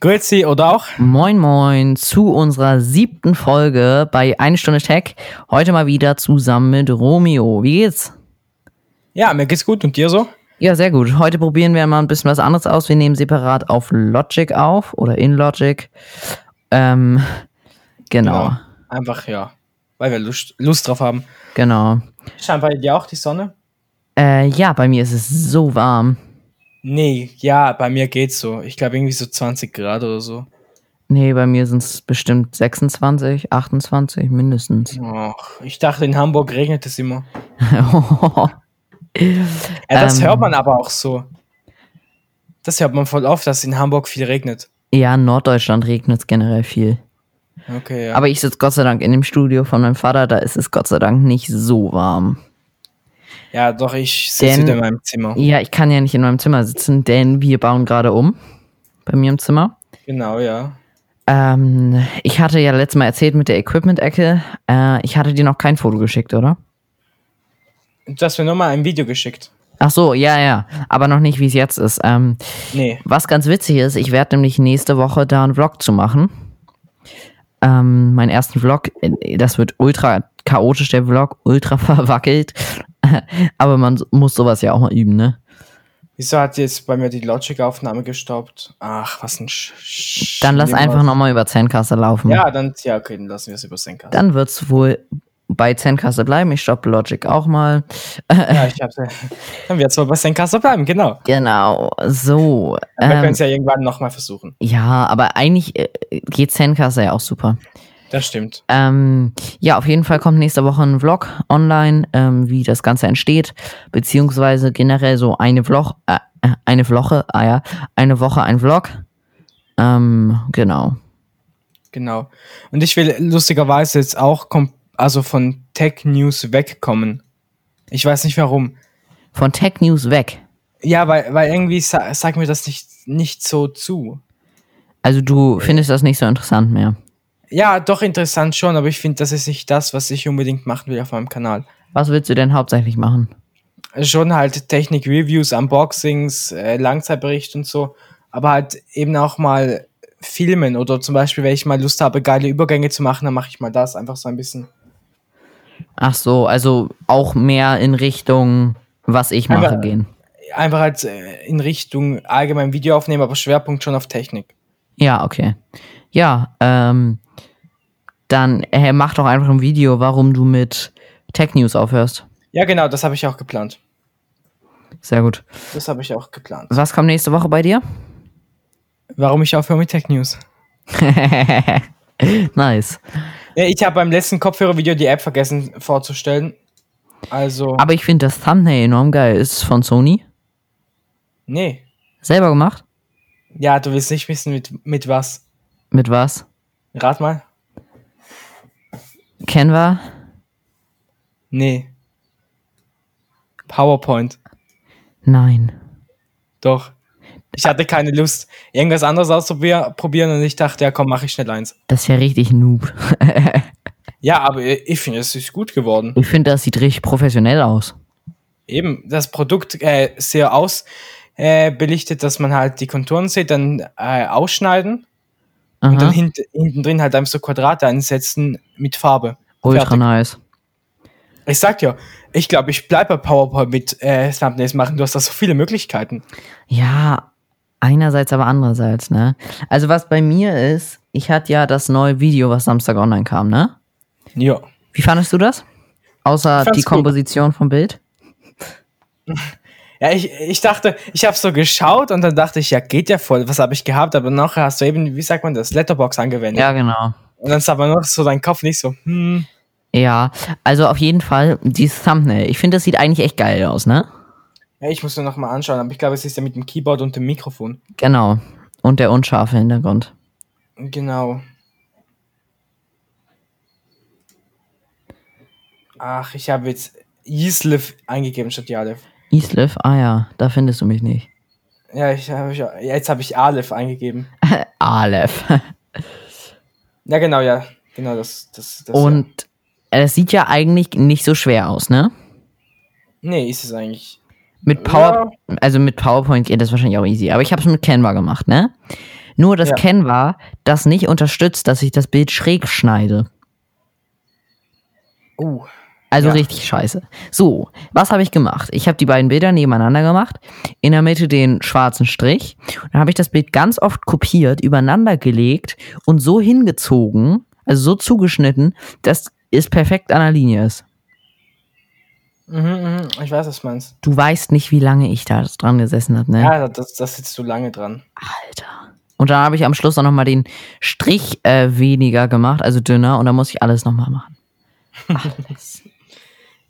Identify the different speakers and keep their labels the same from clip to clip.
Speaker 1: Grüezi oder auch.
Speaker 2: Moin Moin zu unserer siebten Folge bei Eine Stunde Tech. Heute mal wieder zusammen mit Romeo. Wie geht's?
Speaker 1: Ja, mir geht's gut und dir so?
Speaker 2: Ja, sehr gut. Heute probieren wir mal ein bisschen was anderes aus. Wir nehmen separat auf Logic auf oder in Logic. Ähm, genau,
Speaker 1: Einfach, ja, weil wir Lust, Lust drauf haben.
Speaker 2: genau.
Speaker 1: Scheint bei dir auch die Sonne?
Speaker 2: Äh, ja, bei mir ist es so warm.
Speaker 1: Nee, ja, bei mir geht's so. Ich glaube irgendwie so 20 Grad oder so.
Speaker 2: Nee, bei mir sind es bestimmt 26, 28 mindestens.
Speaker 1: Och, ich dachte, in Hamburg regnet es immer. Ja, das
Speaker 2: Ähm.
Speaker 1: hört man aber auch so. Das hört man voll oft, dass in Hamburg viel regnet.
Speaker 2: ja, in Norddeutschland regnet es generell viel.
Speaker 1: Okay, ja.
Speaker 2: Aber ich sitze Gott sei Dank in dem Studio von meinem Vater, da ist es Gott sei Dank nicht so warm.
Speaker 1: ja, doch, ich sitze
Speaker 2: Denn-
Speaker 1: wieder in meinem Zimmer.
Speaker 2: Ja, ich kann ja nicht in meinem Zimmer sitzen, denn wir bauen gerade um. Bei mir im Zimmer.
Speaker 1: Genau, ja.
Speaker 2: Ähm, ich hatte ja letztes Mal erzählt mit der Equipment-Ecke. Äh, ich hatte dir noch kein Foto geschickt, oder?
Speaker 1: Du hast mir nochmal ein Video geschickt.
Speaker 2: Ach so, ja, ja. Aber noch nicht, wie es jetzt ist. Ähm,
Speaker 1: Nee,
Speaker 2: was ganz witzig ist, ich werde nämlich nächste Woche da einen Vlog zu machen. Ähm, meinen ersten Vlog. Äh, Das wird ultra chaotisch, der Vlog. Ultra verwackelt. Aber man muss sowas ja auch mal üben, ne?
Speaker 1: wieso hat jetzt bei mir die Logic-Aufnahme gestoppt? Ach, was ein Sch Sch
Speaker 2: Dann lass
Speaker 1: schlimmer-
Speaker 2: einfach nochmal über Zehnkasse laufen.
Speaker 1: Ja, dann, ja, okay, dann lassen wir es über Senka.
Speaker 2: Dann wird es wohl bei Zehnkasse bleiben. Ich stoppe Logic auch mal.
Speaker 1: Ja, ich hab's. Dann wird's wohl bei Senkaster bleiben, genau.
Speaker 2: Genau, so.
Speaker 1: Wir können
Speaker 2: Ähm,
Speaker 1: es ja irgendwann nochmal versuchen.
Speaker 2: ja, aber eigentlich äh, geht Zehnkasse ja auch super.
Speaker 1: Das stimmt.
Speaker 2: Ähm, ja, auf jeden Fall kommt nächste Woche ein Vlog online, ähm, wie das Ganze entsteht, beziehungsweise generell so eine Vlog, äh, äh, eine Vloche, ah ja, eine Woche ein Vlog. Ähm, genau.
Speaker 1: Genau. Und ich will lustigerweise jetzt auch kom also von Tech News wegkommen. Ich weiß nicht warum.
Speaker 2: Von Tech News weg.
Speaker 1: Ja, weil, weil irgendwie sa sagt mir das nicht, nicht so zu.
Speaker 2: Also du findest das nicht so interessant mehr.
Speaker 1: Ja, doch interessant schon, aber ich finde, das ist nicht das, was ich unbedingt machen will auf meinem Kanal.
Speaker 2: Was willst du denn hauptsächlich machen?
Speaker 1: schon halt Technik-Reviews, Unboxings, äh, Langzeitbericht und so, aber halt eben auch mal filmen oder zum Beispiel, wenn ich mal Lust habe, geile Übergänge zu machen, dann mache ich mal das einfach so ein bisschen.
Speaker 2: Ach so, also auch mehr in Richtung, was ich mache
Speaker 1: Aber-
Speaker 2: gehen.
Speaker 1: Einfach halt äh, in Richtung allgemein Video aufnehmen, aber Schwerpunkt schon auf Technik.
Speaker 2: Ja, okay. Ja, ähm, dann äh, mach doch einfach ein Video, warum du mit Tech News aufhörst.
Speaker 1: Ja, genau, das habe ich auch geplant.
Speaker 2: Sehr gut.
Speaker 1: Das habe ich auch geplant.
Speaker 2: Was kommt nächste Woche bei dir?
Speaker 1: Warum ich aufhöre mit Tech News?
Speaker 2: nice.
Speaker 1: Ja, ich habe beim letzten Kopfhörer-Video die App vergessen vorzustellen. Also,
Speaker 2: Aber ich finde das Thumbnail enorm geil. Ist es von Sony?
Speaker 1: nee.
Speaker 2: Selber gemacht?
Speaker 1: Ja, du willst nicht wissen, mit, mit was.
Speaker 2: Mit was?
Speaker 1: Rat mal.
Speaker 2: Canva?
Speaker 1: Nee. PowerPoint.
Speaker 2: Nein.
Speaker 1: Doch. Ich hatte keine Lust, irgendwas anderes auszuprobieren und ich dachte, ja komm, mache ich schnell eins.
Speaker 2: Das ist ja richtig noob.
Speaker 1: Ja, aber ich finde, es ist gut geworden.
Speaker 2: Ich finde, das sieht richtig professionell aus.
Speaker 1: Eben, das Produkt äh, sehr ausbelichtet, äh, belichtet, dass man halt die Konturen sieht, dann äh, ausschneiden und dann
Speaker 2: Aha.
Speaker 1: hint hinten drin halt einfach so Quadrate einsetzen mit Farbe.
Speaker 2: Ultra
Speaker 1: Fertig.
Speaker 2: nice.
Speaker 1: Ich sag dir, ich glaube, ich bleibe bei PowerPoint mit äh, Thumbnails machen. Du hast da so viele Möglichkeiten.
Speaker 2: Ja, einerseits, aber andererseits, ne? Also was bei mir ist, ich hatte ja das neue Video, was Samstag online kam, ne?
Speaker 1: Ja.
Speaker 2: Wie fandest du das? Außer
Speaker 1: Ich fand's
Speaker 2: die
Speaker 1: gut.
Speaker 2: Komposition vom Bild?
Speaker 1: Ja, ich, ich dachte, ich habe so geschaut und dann dachte ich, ja, geht ja voll, was habe ich gehabt, aber nachher hast du eben, wie sagt man das, Letterbox angewendet.
Speaker 2: Ja, genau.
Speaker 1: Und dann ist aber noch so dein Kopf nicht so, hm.
Speaker 2: Ja, also auf jeden Fall dieses Thumbnail. Ich finde, das sieht eigentlich echt geil aus, ne?
Speaker 1: Ja, ich muss mir nochmal anschauen, aber ich glaube, es ist ja mit dem Keyboard und dem Mikrofon.
Speaker 2: Genau. Und der unscharfe Hintergrund.
Speaker 1: Genau. Ach, ich habe jetzt Islev eingegeben statt Jalef.
Speaker 2: Islev, ah ja, da findest du mich nicht.
Speaker 1: Ja, ich habe ich, ja, jetzt habe ich Aleph eingegeben.
Speaker 2: Aleph.
Speaker 1: Ja, genau, ja. Genau, das, das, das ja.
Speaker 2: Und es sieht ja eigentlich nicht so schwer aus, ne?
Speaker 1: Nee, ist es eigentlich.
Speaker 2: Mit Power, also mit PowerPoint geht das wahrscheinlich auch easy. Aber ich habe es mit Canva gemacht, ne? Nur das
Speaker 1: Ja.
Speaker 2: Canva das nicht unterstützt, dass ich das Bild schräg schneide.
Speaker 1: Uh,
Speaker 2: Also
Speaker 1: Ja.
Speaker 2: richtig scheiße. So, was habe ich gemacht? Ich habe die beiden Bilder nebeneinander gemacht, in der Mitte den schwarzen Strich. Dann habe ich das Bild ganz oft kopiert, übereinander gelegt und so hingezogen, also so zugeschnitten, dass es perfekt an der Linie ist.
Speaker 1: mhm, mhm, ich weiß, was du meinst.
Speaker 2: Du weißt nicht, wie lange ich da dran gesessen habe, ne?
Speaker 1: Ja, das, das sitzt du lange dran.
Speaker 2: Alter. Und dann habe ich am Schluss auch nochmal den Strich äh, weniger gemacht, also dünner, und dann muss ich alles nochmal machen. Alles.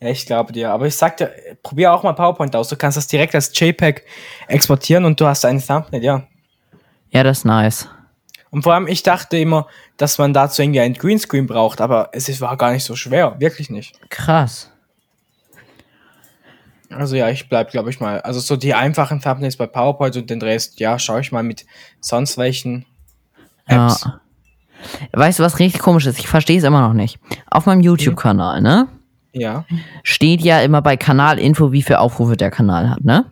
Speaker 1: Ja, ich glaube dir. Aber ich sag dir, probier auch mal PowerPoint aus. Du kannst das direkt als JPEG exportieren und du hast ein Thumbnail, ja.
Speaker 2: ja, das ist nice.
Speaker 1: Und vor allem, ich dachte immer, dass man dazu irgendwie einen Greenscreen braucht, aber es ist- war gar nicht so schwer. Wirklich nicht.
Speaker 2: Krass.
Speaker 1: Also ja, ich bleib, glaube ich, mal. Also so die einfachen Thumbnails bei PowerPoint und den Rest, ja, schaue ich mal mit sonst welchen Apps.
Speaker 2: Ja. Weißt du, was richtig komisch ist? Ich verstehe es immer noch nicht. Auf meinem YouTube-Kanal, ne?
Speaker 1: Ja.
Speaker 2: Steht ja immer bei Kanalinfo, wie viele Aufrufe der Kanal hat, ne?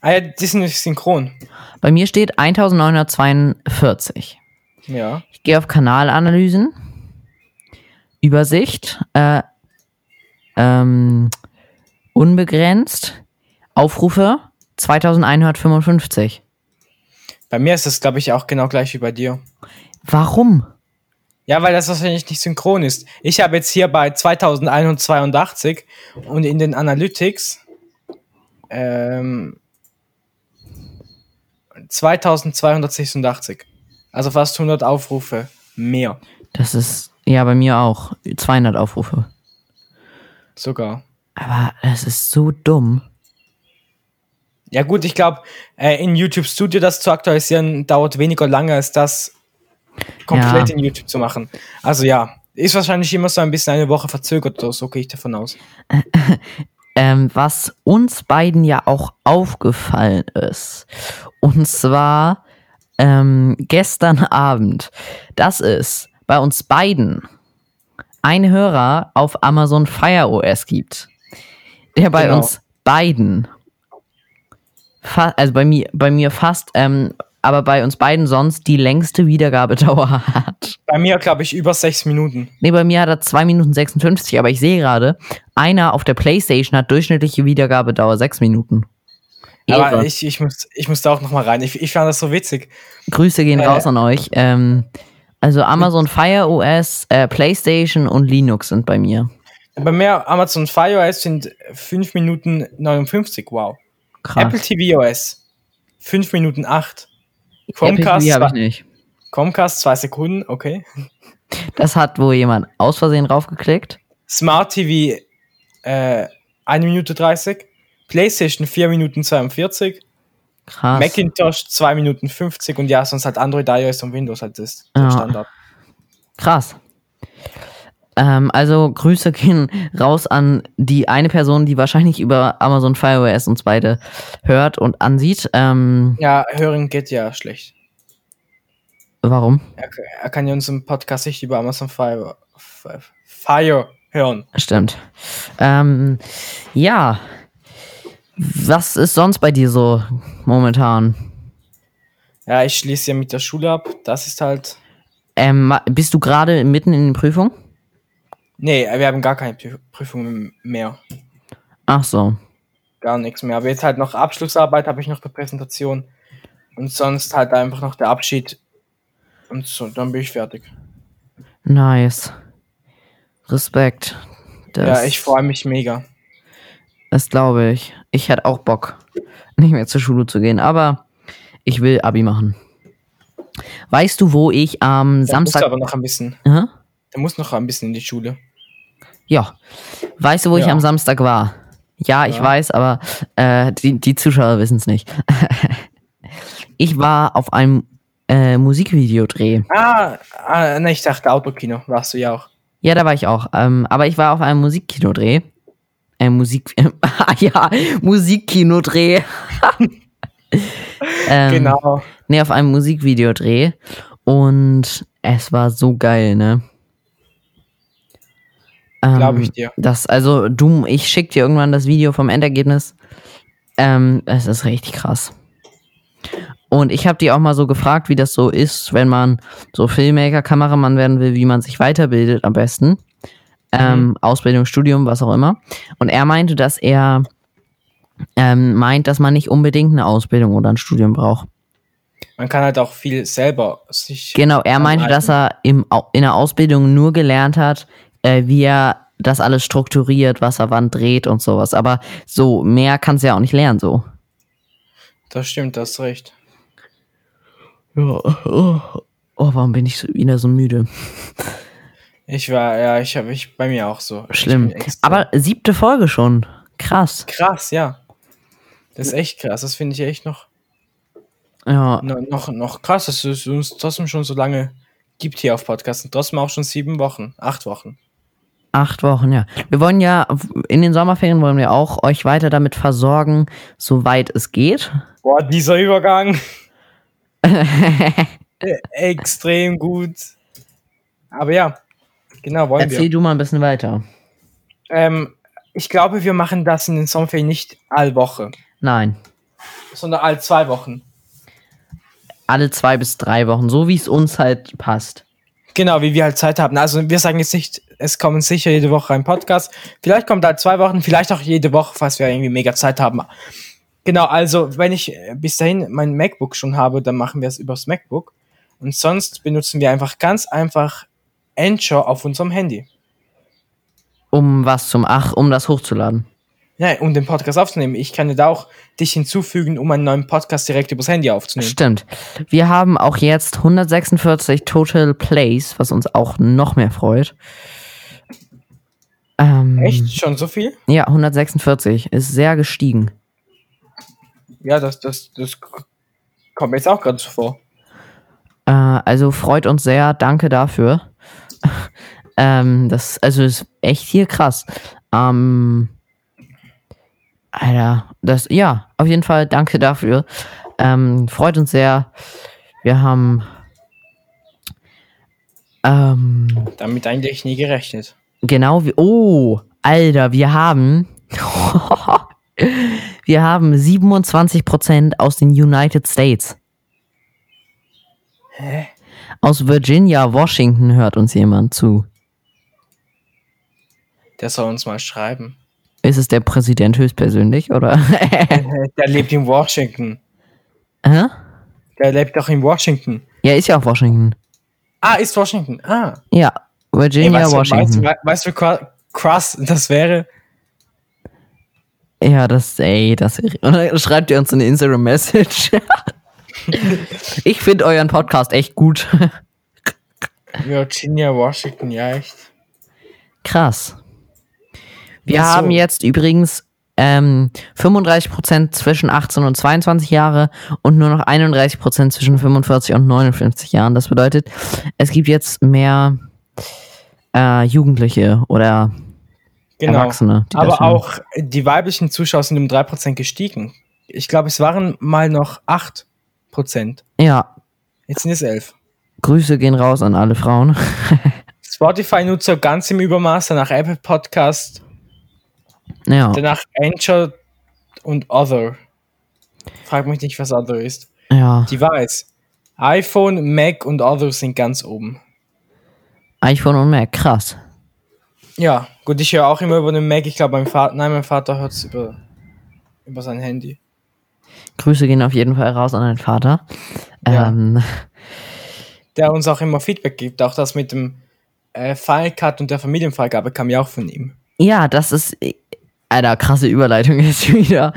Speaker 1: Ah ja, die sind nicht synchron.
Speaker 2: Bei mir steht 1942.
Speaker 1: Ja.
Speaker 2: Ich gehe auf Kanalanalysen, Übersicht, äh, ähm, unbegrenzt, Aufrufe 2155.
Speaker 1: Bei mir ist das, glaube ich, auch genau gleich wie bei dir.
Speaker 2: Warum?
Speaker 1: Ja, weil das wahrscheinlich nicht synchron ist. Ich habe jetzt hier bei 2182 und in den Analytics ähm, 2286. Also fast 100 Aufrufe mehr
Speaker 2: Das ist ja bei mir auch 200 Aufrufe.
Speaker 1: sogar.
Speaker 2: Aber das ist so dumm.
Speaker 1: Ja gut, ich glaube, äh, in YouTube Studio das zu aktualisieren dauert weniger lange, als das komplett
Speaker 2: Ja.
Speaker 1: in YouTube zu machen. Also ja, ist wahrscheinlich immer so ein bisschen eine Woche verzögert oder so, gehe ich davon aus.
Speaker 2: ähm, was uns beiden ja auch aufgefallen ist. Und zwar ähm, gestern Abend. Das ist bei uns beiden ein Hörer auf Amazon Fire OS gibt, der bei
Speaker 1: Genau.
Speaker 2: uns beiden, fa also bei mir, bei mir fast, ähm, aber bei uns beiden sonst die längste Wiedergabedauer hat.
Speaker 1: Bei mir, glaube ich, über sechs Minuten.
Speaker 2: Nee, bei mir hat er 2 Minuten 56, aber ich sehe gerade, einer auf der Playstation hat durchschnittliche Wiedergabedauer 6 Minuten.
Speaker 1: Aber
Speaker 2: Ehre.
Speaker 1: ich, ich, muss, ich muss da auch nochmal rein. Ich, ich fand das so witzig.
Speaker 2: Grüße gehen
Speaker 1: Äh.
Speaker 2: raus an euch. Ähm, also Amazon Fire OS, äh, Playstation und Linux sind bei mir.
Speaker 1: Bei mir Amazon Fire OS sind 5 Minuten 59, wow. Apple
Speaker 2: Krass.
Speaker 1: TV OS 5 Minuten 8.
Speaker 2: Apple
Speaker 1: Chromecast,
Speaker 2: TV habe ich
Speaker 1: zwei,
Speaker 2: nicht.
Speaker 1: Chromecast 2 Sekunden, okay.
Speaker 2: Das hat wohl jemand aus Versehen draufgeklickt.
Speaker 1: Smart TV äh, 1 Minute 30. PlayStation 4 Minuten 42.
Speaker 2: Krass.
Speaker 1: Macintosh 2 Minuten 50. Und ja, sonst halt Android, iOS und Windows halt ist der
Speaker 2: Ja.
Speaker 1: Standard.
Speaker 2: Krass. Ähm, also Grüße gehen raus an die eine Person, die wahrscheinlich über Amazon Fire OS uns beide hört und ansieht. Ähm,
Speaker 1: Ja, hören geht ja schlecht.
Speaker 2: warum?
Speaker 1: Er, er kann ja unseren Podcast nicht über Amazon Fire, Fi- Fire hören.
Speaker 2: Stimmt. Ähm, ja. Was ist sonst bei dir so momentan?
Speaker 1: Ja, ich schließe ja mit der Schule ab. Das ist halt.
Speaker 2: Ähm, ma- bist du gerade mitten in den Prüfungen?
Speaker 1: Nee, wir haben gar keine Prü- Prüfungen mehr.
Speaker 2: Ach so.
Speaker 1: Gar nichts mehr. Aber jetzt halt noch Abschlussarbeit, habe ich noch eine Präsentation. Und sonst halt einfach noch der Abschied. Und so, dann bin ich fertig.
Speaker 2: Nice. Respekt. Das,
Speaker 1: ja, ich freue mich mega.
Speaker 2: Das glaube ich. Ich hätte auch Bock, nicht mehr zur Schule zu gehen, aber ich will Abi machen. Weißt du, wo ich am
Speaker 1: Da musst du
Speaker 2: Samstag.
Speaker 1: aber noch ein bisschen.
Speaker 2: Hä?
Speaker 1: Da muss noch ein bisschen in die Schule.
Speaker 2: Ja. Weißt du, wo ich
Speaker 1: Ja.
Speaker 2: am Samstag war? Ja, ich
Speaker 1: Ja.
Speaker 2: weiß, aber äh, die, die Zuschauer wissen es nicht. ich war auf einem äh, Musikvideodreh.
Speaker 1: Ah, ah ne, ich dachte Autokino. Warst du ja auch.
Speaker 2: Ja, da war ich auch. Ähm, aber ich war auf einem Musikkinodreh. Äh, Musik. Ah, ja, Musikkinodreh. ähm,
Speaker 1: genau.
Speaker 2: Nee, auf einem Musikvideodreh. Und es war so geil, ne? Ähm,
Speaker 1: Glaub ich dir.
Speaker 2: Das, also, du, ich schick dir irgendwann das Video vom Endergebnis. Ähm, es ist richtig krass. Und ich habe die auch mal so gefragt, wie das so ist, wenn man so Filmmaker, Kameramann werden will, wie man sich weiterbildet am besten. Ähm,
Speaker 1: Mhm.
Speaker 2: Ausbildung, Studium, was auch immer. Und er meinte, dass er ähm, meint, dass man nicht unbedingt eine Ausbildung oder ein Studium braucht.
Speaker 1: Man kann halt auch viel selber sich.
Speaker 2: Genau, er meinte,
Speaker 1: aneignen.
Speaker 2: dass er im, Au- in der Ausbildung nur gelernt hat, äh, wie er das alles strukturiert, was er wann dreht und sowas. Aber so mehr kannst du ja auch nicht lernen, so.
Speaker 1: Das stimmt, das ist recht.
Speaker 2: Ja, oh, oh, warum bin ich so, wieder so müde?
Speaker 1: Ich war, ja, ich habe ich bei mir auch so. Ich
Speaker 2: Schlimm.
Speaker 1: bin extra-
Speaker 2: Aber siebte Folge schon. Krass.
Speaker 1: krass, ja. Das ist echt krass. Das finde ich echt noch,
Speaker 2: Ja,
Speaker 1: no- noch, noch krass, dass es uns trotzdem schon so lange gibt hier auf Podcast. Und trotzdem auch schon sieben Wochen, acht Wochen.
Speaker 2: acht Wochen, ja. Wir wollen ja, in den Sommerferien wollen wir auch euch weiter damit versorgen, soweit es geht.
Speaker 1: Boah, dieser Übergang. Äh, Extrem gut. Aber ja, genau, wollen wir.
Speaker 2: Erzähl du mal ein bisschen weiter.
Speaker 1: Ähm, ich glaube, wir machen das in den Sommerferien nicht all Woche,
Speaker 2: Nein.
Speaker 1: sondern all zwei Wochen.
Speaker 2: Alle zwei bis drei Wochen, so wie es uns halt passt.
Speaker 1: Genau, wie wir halt Zeit haben. Also wir sagen jetzt nicht, es kommen sicher jede Woche ein Podcast. Vielleicht kommt da zwei Wochen, vielleicht auch jede Woche, falls wir irgendwie mega Zeit haben. Genau, also wenn ich äh, bis dahin mein MacBook schon habe, dann machen wir es übers MacBook. Und sonst benutzen wir einfach ganz einfach Anchor auf unserem Handy.
Speaker 2: Um was zum Ach, um das hochzuladen.
Speaker 1: Ja, um den Podcast aufzunehmen. Ich kann ja da auch dich hinzufügen, um einen neuen Podcast direkt übers Handy aufzunehmen.
Speaker 2: Stimmt. Wir haben auch jetzt 146 Total Plays, was uns auch noch mehr freut. Ähm,
Speaker 1: Echt? Schon so viel?
Speaker 2: Ja, 146. Ist sehr gestiegen.
Speaker 1: Ja, das, das, das k- kommt mir jetzt auch gerade so vor.
Speaker 2: Äh, also freut uns sehr. Danke dafür. ähm, das, also ist echt hier krass. Ähm, Alter, das, ja, auf jeden Fall danke dafür. Ähm, freut uns sehr. Wir haben, ähm,
Speaker 1: Damit eigentlich nie gerechnet.
Speaker 2: Genau wie. Oh, Alter, wir haben. wir haben 27% aus den United States.
Speaker 1: Hä?
Speaker 2: Aus Virginia, Washington hört uns jemand zu.
Speaker 1: Der soll uns mal schreiben.
Speaker 2: Ist es der Präsident höchstpersönlich, oder?
Speaker 1: Der lebt in Washington.
Speaker 2: Hä?
Speaker 1: Der lebt doch in Washington.
Speaker 2: ja, ist ja auch Washington.
Speaker 1: Ah, ist Washington. Ah.
Speaker 2: Ja,
Speaker 1: Ey,
Speaker 2: Virginia,
Speaker 1: weißt, du-
Speaker 2: Washington.
Speaker 1: Weißt, du- weißt du, qua- krass, das wäre.
Speaker 2: Ja, das, ey, das. Und dann schreibt ihr uns eine Instagram-Message. ich finde euren Podcast echt gut.
Speaker 1: Virginia, Washington, ja, echt.
Speaker 2: Krass. Wir
Speaker 1: Ach so.
Speaker 2: haben jetzt übrigens ähm, 35% zwischen 18 und 22 Jahre und nur noch 31% zwischen 45 und 59 Jahren. Das bedeutet, es gibt jetzt mehr äh, Jugendliche oder
Speaker 1: Genau.
Speaker 2: Erwachsene. die das
Speaker 1: Aber
Speaker 2: hören.
Speaker 1: auch die weiblichen Zuschauer sind um 3% gestiegen. Ich glaube, es waren mal noch 8%.
Speaker 2: Ja,
Speaker 1: Jetzt sind es 11.
Speaker 2: Grüße gehen raus an alle Frauen.
Speaker 1: Spotify-Nutzer ganz im Übermaß, danach Apple Podcast,
Speaker 2: ja,
Speaker 1: danach Angel und Other. Frag mich nicht, was Other ist.
Speaker 2: ja.
Speaker 1: Device. iPhone, Mac und Other sind ganz oben.
Speaker 2: iPhone und Mac, krass.
Speaker 1: Ja, gut, ich höre auch immer über den Mac. Ich glaube, mein Vater, nein, mein Vater hört es über, über sein Handy.
Speaker 2: Grüße gehen auf jeden Fall raus an deinen Vater.
Speaker 1: Ja.
Speaker 2: Ähm,
Speaker 1: Der uns auch immer Feedback gibt. Auch das mit dem äh, File-Cut und der Familienfreigabe kam ja auch von ihm.
Speaker 2: Ja, das ist. äh, Alter, krasse Überleitung jetzt wieder.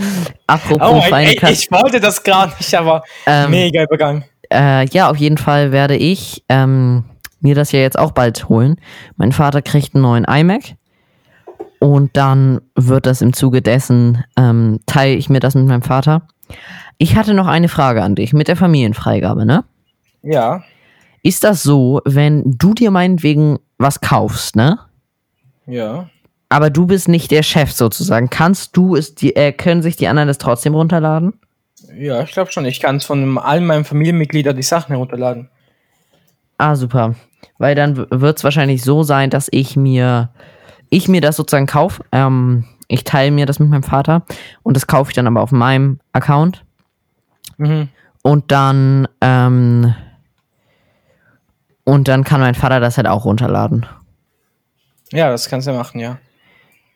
Speaker 2: Apropos
Speaker 1: Oh, ey,
Speaker 2: Final
Speaker 1: ey,
Speaker 2: Cut.
Speaker 1: ich wollte das gar nicht, aber
Speaker 2: ähm,
Speaker 1: mega Übergang.
Speaker 2: äh, ja, auf jeden Fall werde ich ähm, mir das ja jetzt auch bald holen. Mein Vater kriegt einen neuen iMac. Und dann wird das im Zuge dessen, ähm, teile ich mir das mit meinem Vater. Ich hatte noch eine Frage an dich mit der Familienfreigabe, ne?
Speaker 1: Ja,
Speaker 2: Ist das so, wenn du dir meinetwegen was kaufst, ne?
Speaker 1: ja.
Speaker 2: Aber du bist nicht der Chef sozusagen. Kannst du es, die, äh, können sich die anderen das trotzdem runterladen?
Speaker 1: Ja, ich glaube schon. Ich kann von allen meinen Familienmitgliedern die Sachen herunterladen.
Speaker 2: Ah, super. Weil dann wird es wahrscheinlich so sein, dass ich mir, ich mir das sozusagen kaufe. Ähm, ich teile mir das mit meinem Vater und das kaufe ich dann aber auf meinem Account.
Speaker 1: Mhm.
Speaker 2: Und dann, ähm, und dann kann mein Vater das halt auch runterladen.
Speaker 1: Ja, das kannst du ja machen, ja.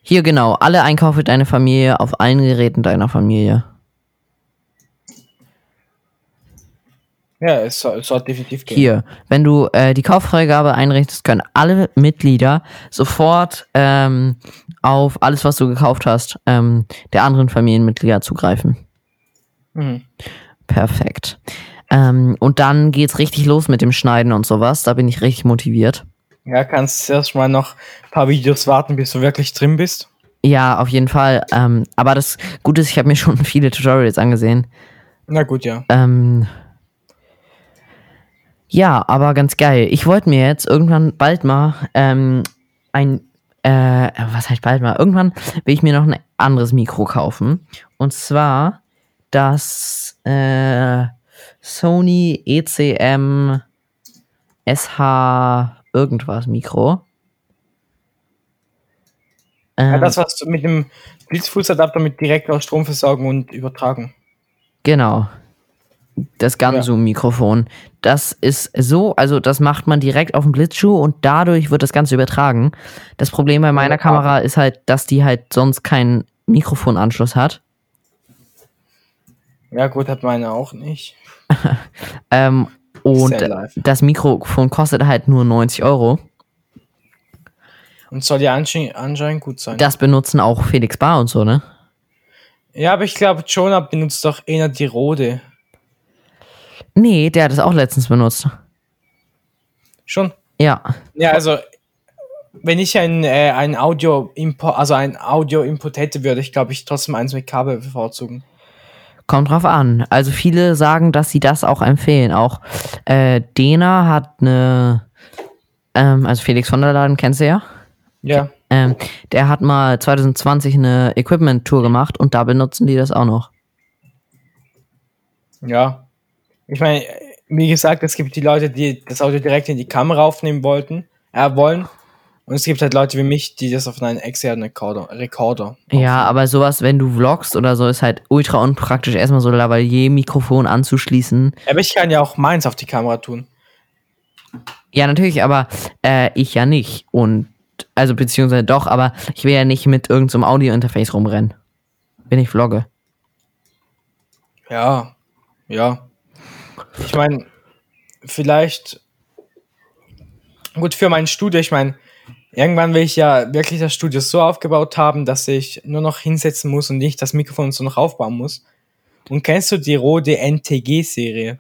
Speaker 2: Hier genau, alle Einkäufe deiner Familie auf allen Geräten deiner Familie.
Speaker 1: Ja, es soll, es soll definitiv gehen.
Speaker 2: Hier, wenn du äh, die Kauffreigabe einrichtest, können alle Mitglieder sofort ähm, auf alles, was du gekauft hast, ähm, der anderen Familienmitglieder zugreifen.
Speaker 1: Mhm.
Speaker 2: Perfekt. Ähm, und dann geht's richtig los mit dem Schneiden und sowas. Da bin ich richtig motiviert.
Speaker 1: Ja, kannst erstmal noch ein paar Videos warten, bis du wirklich drin bist.
Speaker 2: Ja, auf jeden Fall. Ähm, aber das Gute ist, ich habe mir schon viele Tutorials angesehen.
Speaker 1: Na gut, ja.
Speaker 2: Ähm, ja, aber ganz geil. Ich wollte mir jetzt irgendwann bald mal ähm, ein, äh, was heißt bald mal? Irgendwann will ich mir noch ein anderes Mikro kaufen. Und zwar das äh, Sony E ECM SH irgendwas Mikro.
Speaker 1: ja
Speaker 2: Ähm,
Speaker 1: das, was du mit dem Blitzfußadapter mit direkter Stromversorgung und Übertragung.
Speaker 2: Genau. Das Gansu-Mikrofon. Das ist so, also das macht man direkt auf den Blitzschuh und dadurch wird das Ganze übertragen. Das Problem bei meiner Kamera ist halt, dass die halt sonst keinen Mikrofonanschluss hat.
Speaker 1: Ja, gut, hat meine auch nicht.
Speaker 2: Ähm, und
Speaker 1: Sehr live.
Speaker 2: das Mikrofon kostet halt nur 90 Euro.
Speaker 1: Und soll ja ansche- anscheinend gut sein.
Speaker 2: Das benutzen auch Felix Bar und so, ne?
Speaker 1: Ja, aber ich glaube, Jonah benutzt doch eher die Rode.
Speaker 2: Nee, der hat es auch letztens benutzt.
Speaker 1: Schon?
Speaker 2: Ja.
Speaker 1: Ja, also, wenn ich ein, äh, ein Audio-Import, also ein Audio-Input hätte, würde ich, glaube ich, trotzdem eins mit Kabel bevorzugen.
Speaker 2: Kommt drauf an. Also viele sagen, dass sie das auch empfehlen. Auch äh, Dena hat eine, ähm, also Felix von der Laden kennst du ja.
Speaker 1: Ja.
Speaker 2: Ähm, der hat mal 2020 eine Equipment-Tour gemacht und da benutzen die das auch noch.
Speaker 1: Ja. Ich meine, wie gesagt, es gibt die Leute, die das Audio direkt in die Kamera aufnehmen wollten, äh, wollen. Und es gibt halt Leute wie mich, die das auf einen externen Rekorder. Rekorder.
Speaker 2: Ja, aber sowas, wenn du vlogst oder so, ist halt ultra unpraktisch, erstmal so ein Lavalier-Mikrofon anzuschließen.
Speaker 1: Aber ich kann ja auch meins auf die Kamera tun.
Speaker 2: Ja, natürlich, aber äh, ich ja nicht. Und, also beziehungsweise doch, aber ich will ja nicht mit irgendeinem so einem Audio-Interface rumrennen. Wenn ich vlogge.
Speaker 1: Ja. Ja. Ich meine, vielleicht. Gut, für mein Studio, ich meine, irgendwann will ich ja wirklich das Studio so aufgebaut haben, dass ich nur noch hinsetzen muss und nicht das Mikrofon so noch aufbauen muss. Und kennst du die Rode NTG-Serie?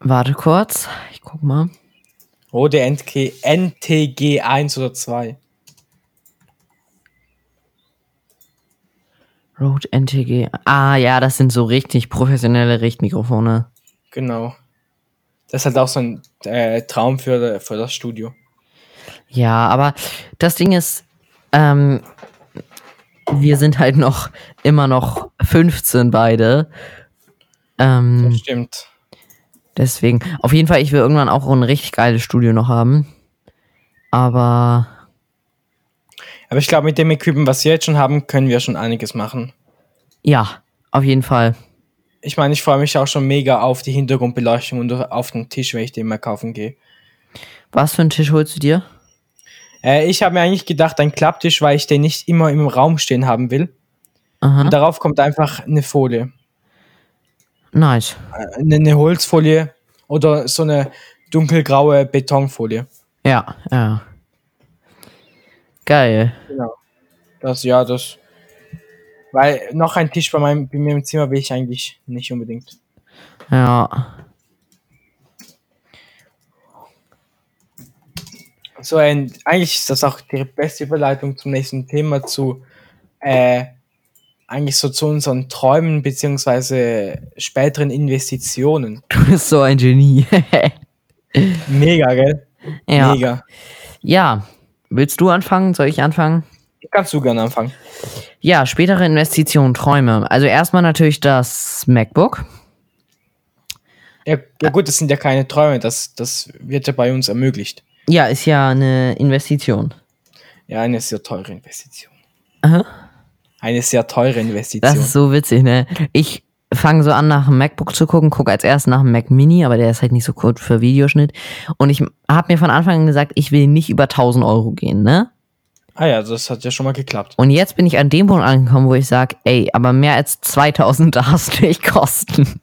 Speaker 2: Warte kurz, ich guck mal.
Speaker 1: Rode NTG, NTG 1 oder 2.
Speaker 2: Rode NTG. Ah ja, das sind so richtig professionelle Richtmikrofone.
Speaker 1: Genau. Das ist halt auch so ein äh, Traum für, für das Studio.
Speaker 2: Ja, aber das Ding ist, ähm, wir sind halt noch immer noch 15 beide.
Speaker 1: Das
Speaker 2: Ähm,
Speaker 1: stimmt.
Speaker 2: deswegen. Auf jeden Fall, ich will irgendwann auch ein richtig geiles Studio noch haben. Aber
Speaker 1: Aber ich glaube, mit dem Equipment, was wir jetzt schon haben, können wir schon einiges machen.
Speaker 2: ja, auf jeden Fall.
Speaker 1: Ich meine, ich freue mich auch schon mega auf die Hintergrundbeleuchtung und auf den Tisch, wenn ich den mal kaufen gehe.
Speaker 2: Was für einen Tisch holst du dir?
Speaker 1: Äh, ich habe mir eigentlich gedacht, ein Klapptisch, weil ich den nicht immer im Raum stehen haben will.
Speaker 2: Aha,
Speaker 1: Und darauf kommt einfach eine Folie.
Speaker 2: nice.
Speaker 1: Äh, Eine, eine Holzfolie oder so eine dunkelgraue Betonfolie.
Speaker 2: Ja, ja. Geil.
Speaker 1: Genau. Das, ja, das. Weil noch ein Tisch bei, meinem, bei mir im Zimmer will ich eigentlich nicht unbedingt.
Speaker 2: Ja.
Speaker 1: So ein, eigentlich ist das auch die beste Überleitung zum nächsten Thema zu, äh, eigentlich so zu unseren Träumen beziehungsweise späteren Investitionen.
Speaker 2: Du bist so ein Genie.
Speaker 1: Mega, gell?
Speaker 2: ja.
Speaker 1: Mega.
Speaker 2: Ja. Willst du anfangen? Soll ich anfangen?
Speaker 1: Kannst du gerne anfangen.
Speaker 2: Ja, spätere Investitionen, Träume. Also erstmal natürlich das MacBook.
Speaker 1: Ja, ja gut, das sind ja keine Träume, das, das wird ja bei uns ermöglicht.
Speaker 2: Ja, ist ja eine Investition.
Speaker 1: Ja, eine sehr teure Investition.
Speaker 2: Aha.
Speaker 1: Eine sehr teure
Speaker 2: Das
Speaker 1: Investition.
Speaker 2: ist so witzig, ne? Ich fange so an, nach dem MacBook zu gucken, gucke als erstes nach dem Mac Mini, aber der ist halt nicht so gut für Videoschnitt. Und ich habe mir von Anfang an gesagt, ich will nicht über 1000 Euro gehen, ne?
Speaker 1: Ah ja, das hat ja schon mal geklappt.
Speaker 2: Und jetzt bin ich an dem Punkt angekommen, wo ich sage, ey, aber mehr als 2000 darfst du nicht kosten.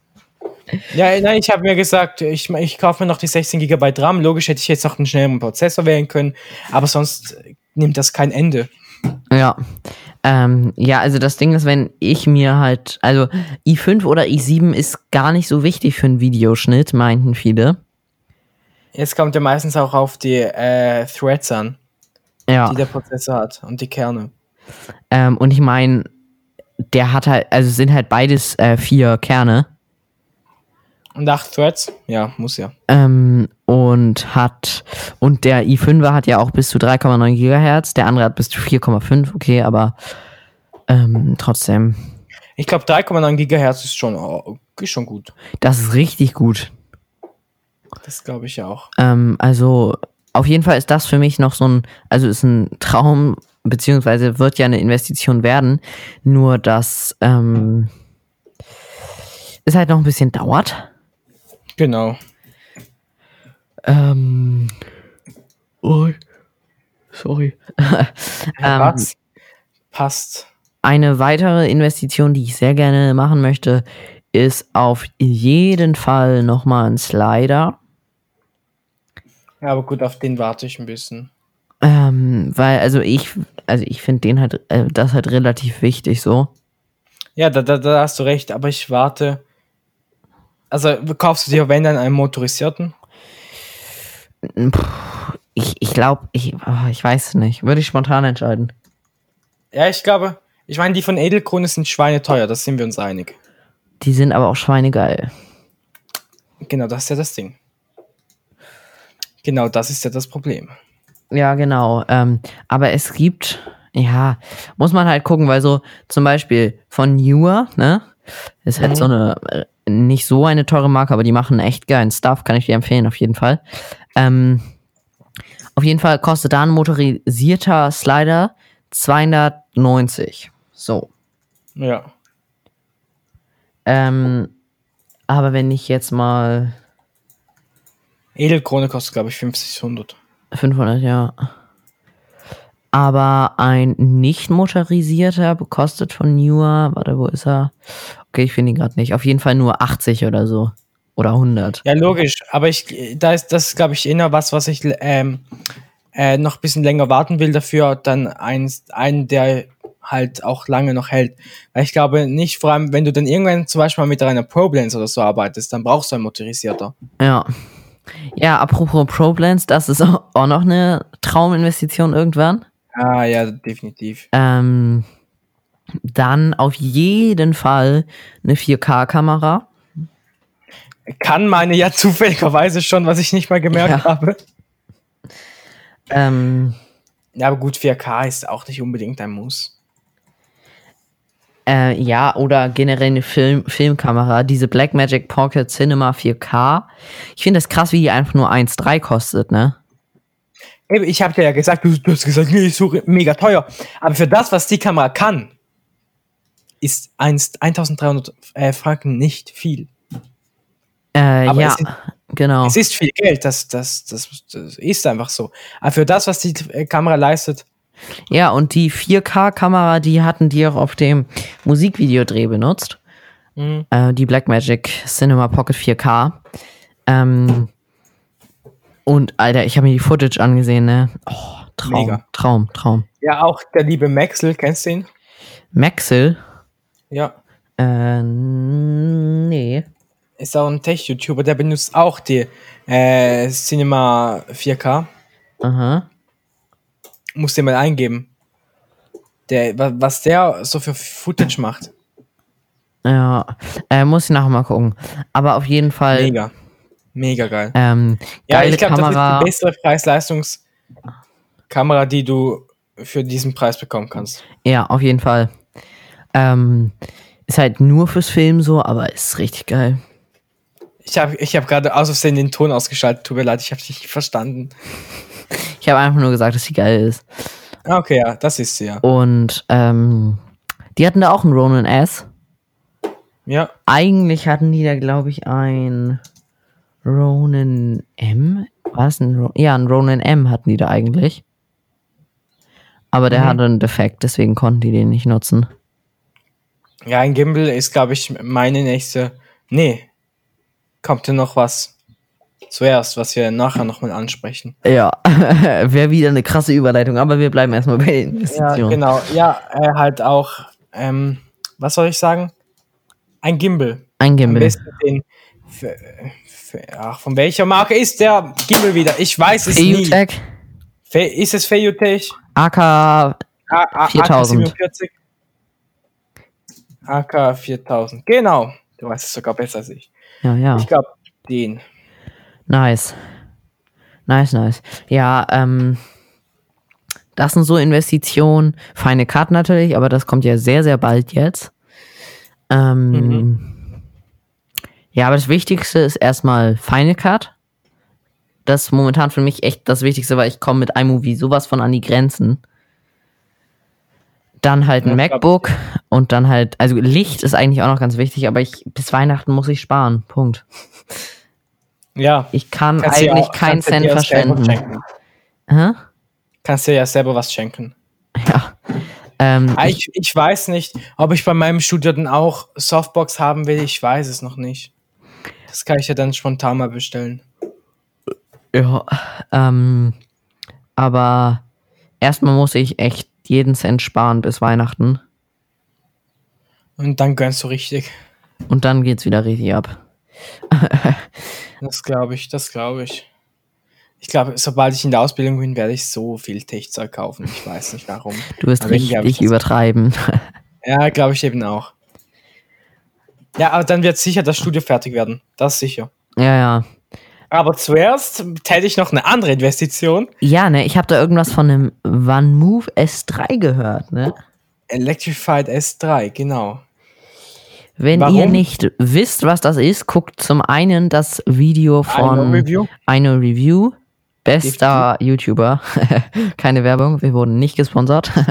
Speaker 1: Ja, nein, ich habe mir gesagt, ich, ich kaufe mir noch die 16 GB RAM. Logisch hätte ich jetzt noch einen schnelleren Prozessor wählen können, aber sonst nimmt das kein Ende.
Speaker 2: Ja. Ähm, ja, also das Ding ist, wenn ich mir halt, also i5 oder i7 ist gar nicht so wichtig für einen Videoschnitt, meinten viele.
Speaker 1: Jetzt kommt ja meistens auch auf die äh, Threads an,
Speaker 2: Ja.
Speaker 1: die der Prozessor hat und die Kerne.
Speaker 2: Ähm, und ich meine, der hat halt, also es sind halt beides äh, vier Kerne.
Speaker 1: Und acht Threads? Ja, muss ja.
Speaker 2: Ähm, und hat, und der i5er hat ja auch bis zu 3,9 Gigahertz, der andere hat bis zu 4,5, okay, aber ähm, trotzdem,
Speaker 1: Ich glaube, 3,9 GHz ist schon, oh, ist schon gut.
Speaker 2: das ist richtig gut.
Speaker 1: Das glaube ich ja auch.
Speaker 2: Ähm, also, auf jeden Fall ist das für mich noch so ein, also ist ein Traum, beziehungsweise wird ja eine Investition werden, nur dass ähm, es halt noch ein bisschen dauert.
Speaker 1: Genau.
Speaker 2: Ähm, oh, sorry. ähm,
Speaker 1: Passt. Passt.
Speaker 2: eine weitere Investition, die ich sehr gerne machen möchte, ist auf jeden Fall nochmal ein Slider.
Speaker 1: Ja, aber gut, auf den warte ich ein bisschen.
Speaker 2: Ähm, weil, also ich, also ich finde den halt, äh, das halt relativ wichtig so.
Speaker 1: Ja, da, da, da hast du recht, aber ich warte. Also kaufst du dir, wenn dann einen motorisierten?
Speaker 2: Ich, ich glaube, ich, ah, ich weiß nicht. Würde ich spontan entscheiden.
Speaker 1: Ja, ich glaube, ich meine, die von Edelkrone sind schweineteuer, das sind wir uns einig.
Speaker 2: Die sind aber auch schweinegeil.
Speaker 1: Genau, das ist ja das Ding. Genau, das ist ja das Problem.
Speaker 2: Ja, genau. Ähm, aber es gibt, ja, muss man halt gucken, weil so zum Beispiel von Newer, ne? Ist halt so eine, äh, nicht so eine teure Marke, aber die machen echt geilen Stuff, kann ich dir empfehlen, auf jeden Fall. Ähm, auf jeden Fall kostet da ein motorisierter Slider 290. So.
Speaker 1: Ja.
Speaker 2: Ähm, aber wenn ich jetzt mal
Speaker 1: Edelkrone kostet, glaube ich, 50, 100.
Speaker 2: 500, ja. Aber ein nicht motorisierter kostet von Newer, warte, wo ist er? Okay, ich finde ihn gerade nicht. Auf jeden Fall nur 80 oder so. Oder 100.
Speaker 1: Ja, logisch, aber ich, da ist das, glaube ich, immer was, was ich ähm, äh, noch ein bisschen länger warten will dafür, dann eins, einen, der halt auch lange noch hält. Weil ich glaube nicht, vor allem, wenn du dann irgendwann zum Beispiel mal mit einer ProBlends oder so arbeitest, dann brauchst du einen motorisierter.
Speaker 2: Ja. Ja, apropos ProBlends, das ist auch noch eine Trauminvestition irgendwann.
Speaker 1: Ah, ja, definitiv.
Speaker 2: Ähm, dann auf jeden Fall eine 4K-Kamera.
Speaker 1: Kann meine ja zufälligerweise schon, was ich nicht mal gemerkt
Speaker 2: Ja.
Speaker 1: habe.
Speaker 2: Ähm,
Speaker 1: Ja, aber gut, 4K ist auch nicht unbedingt ein Muss.
Speaker 2: Äh, ja, oder generell eine Film Filmkamera, diese Blackmagic Pocket Cinema 4K. Ich finde das krass, wie die einfach nur 1,3 kostet, ne?
Speaker 1: Eben, Ich habe dir ja gesagt, du, du hast gesagt, nee, ich suche mega teuer. Aber für das, was die Kamera kann, ist einst 1300 äh, Franken nicht viel.
Speaker 2: Äh,
Speaker 1: Aber
Speaker 2: ja,
Speaker 1: es ist-
Speaker 2: genau.
Speaker 1: Es ist viel Geld, das, das, das, das ist einfach so. Aber für das, was die äh, Kamera leistet,
Speaker 2: Ja, und die 4K-Kamera, die hatten die auch auf dem Musikvideodreh benutzt.
Speaker 1: Mhm.
Speaker 2: Äh, die Blackmagic Cinema Pocket 4K. Ähm, und, Alter, ich habe mir die Footage angesehen, ne? Oh, Traum,
Speaker 1: Mega.
Speaker 2: Traum, Traum.
Speaker 1: ja auch der liebe Maxel, kennst du ihn?
Speaker 2: Maxel?
Speaker 1: Ja.
Speaker 2: Äh, nee.
Speaker 1: Ist auch ein Tech-YouTuber, der benutzt auch die äh, Cinema 4K.
Speaker 2: Aha.
Speaker 1: Muss den mal eingeben. Der, wa- was der so für Footage macht.
Speaker 2: Ja, äh, muss ich nachher mal gucken. Aber auf jeden Fall,
Speaker 1: Mega. Mega geil.
Speaker 2: ähm,
Speaker 1: Ja,
Speaker 2: geile
Speaker 1: ich glaube, das
Speaker 2: Kamera.
Speaker 1: ist die beste Preis-Leistungs-Kamera, die du für diesen Preis bekommen kannst.
Speaker 2: ja, auf jeden Fall. Ähm, ist halt nur fürs Film so, aber ist richtig geil.
Speaker 1: Ich habe ich hab gerade aus Versehen den Ton ausgeschaltet. Tut mir leid, ich habe dich nicht verstanden.
Speaker 2: Ich habe einfach nur gesagt, dass sie geil ist.
Speaker 1: Ah, Okay, ja, das ist sie ja.
Speaker 2: Und ähm, die hatten da auch einen Ronin S.
Speaker 1: Ja.
Speaker 2: Eigentlich hatten die da, glaube ich, ein Ronin M. Was? Ein Ro ja, ein Ronin M hatten die da eigentlich. Aber der
Speaker 1: Mhm.
Speaker 2: hatte einen Defekt, deswegen konnten die den nicht nutzen.
Speaker 1: Ja, ein Gimbal ist, glaube ich, meine nächste. Nee. Kommt denn noch was zuerst, was wir nachher nochmal ansprechen?
Speaker 2: Ja, wäre wieder eine krasse Überleitung, aber wir bleiben erstmal bei den
Speaker 1: Ja,
Speaker 2: Investitionen.
Speaker 1: genau. Ja, äh, halt auch, ähm, was soll ich sagen? Ein Gimbal.
Speaker 2: Ein
Speaker 1: Am
Speaker 2: Gimbal.
Speaker 1: besten den. F- F- Ach, von welcher Marke ist der Gimbal wieder? Ich weiß es nie.
Speaker 2: EUTech,
Speaker 1: Fe ist es Feiyutech?
Speaker 2: AK,
Speaker 1: A- A-
Speaker 2: 4000.
Speaker 1: AK-47. AK 4000. Genau. Du weißt es sogar besser als ich.
Speaker 2: ja, ja.
Speaker 1: Ich glaube, den.
Speaker 2: Nice. Nice, nice. Ja, ähm, das sind so Investitionen. Feine Karten natürlich, aber das kommt ja sehr, sehr bald jetzt. Ähm,
Speaker 1: Mhm.
Speaker 2: Ja, aber das Wichtigste ist erstmal Feine Card. Das ist momentan für mich echt das Wichtigste, weil ich komme mit iMovie sowas von an die Grenzen. Dann halt ein
Speaker 1: Ja, glaub ich
Speaker 2: MacBook und dann halt, also Licht ist eigentlich auch noch ganz wichtig, aber ich, bis Weihnachten muss ich sparen. Punkt.
Speaker 1: Ja.
Speaker 2: Ich kann
Speaker 1: Kannst dir
Speaker 2: eigentlich
Speaker 1: auch-
Speaker 2: keinen
Speaker 1: kannst dir
Speaker 2: Cent
Speaker 1: dir auch selber
Speaker 2: verschwenden.
Speaker 1: schenken.
Speaker 2: Hä?
Speaker 1: Kannst dir ja selber was schenken.
Speaker 2: Ja. Ähm,
Speaker 1: Ah, Ich, ich weiß nicht, ob ich bei meinem Studio dann auch Softbox haben will. Ich weiß es noch nicht. Das kann ich ja dann spontan mal bestellen.
Speaker 2: ja. Ähm, aber erstmal muss ich echt jeden Cent sparen bis Weihnachten.
Speaker 1: Und dann gönnst du richtig.
Speaker 2: Und dann geht's wieder richtig ab.
Speaker 1: Das glaube ich, das glaube ich. Ich glaube, sobald ich in der Ausbildung bin, werde ich so viel Tech-Zeug kaufen. Ich weiß nicht warum.
Speaker 2: Du wirst
Speaker 1: Aber irgendwie hab ich das-
Speaker 2: richtig übertreiben.
Speaker 1: Ja, glaube ich eben auch. Ja, aber dann wird sicher das Studio fertig werden. Das sicher.
Speaker 2: ja, ja.
Speaker 1: Aber zuerst täte ich noch eine andere Investition.
Speaker 2: Ja, ne, ich habe da irgendwas von einem OneMove S3 gehört, ne?
Speaker 1: Electrified S3, genau.
Speaker 2: Wenn
Speaker 1: Warum?
Speaker 2: ihr nicht wisst, was das ist, guckt zum einen das Video von
Speaker 1: Eine Review.
Speaker 2: eine Review. Bester YouTuber. Keine Werbung, wir wurden nicht gesponsert.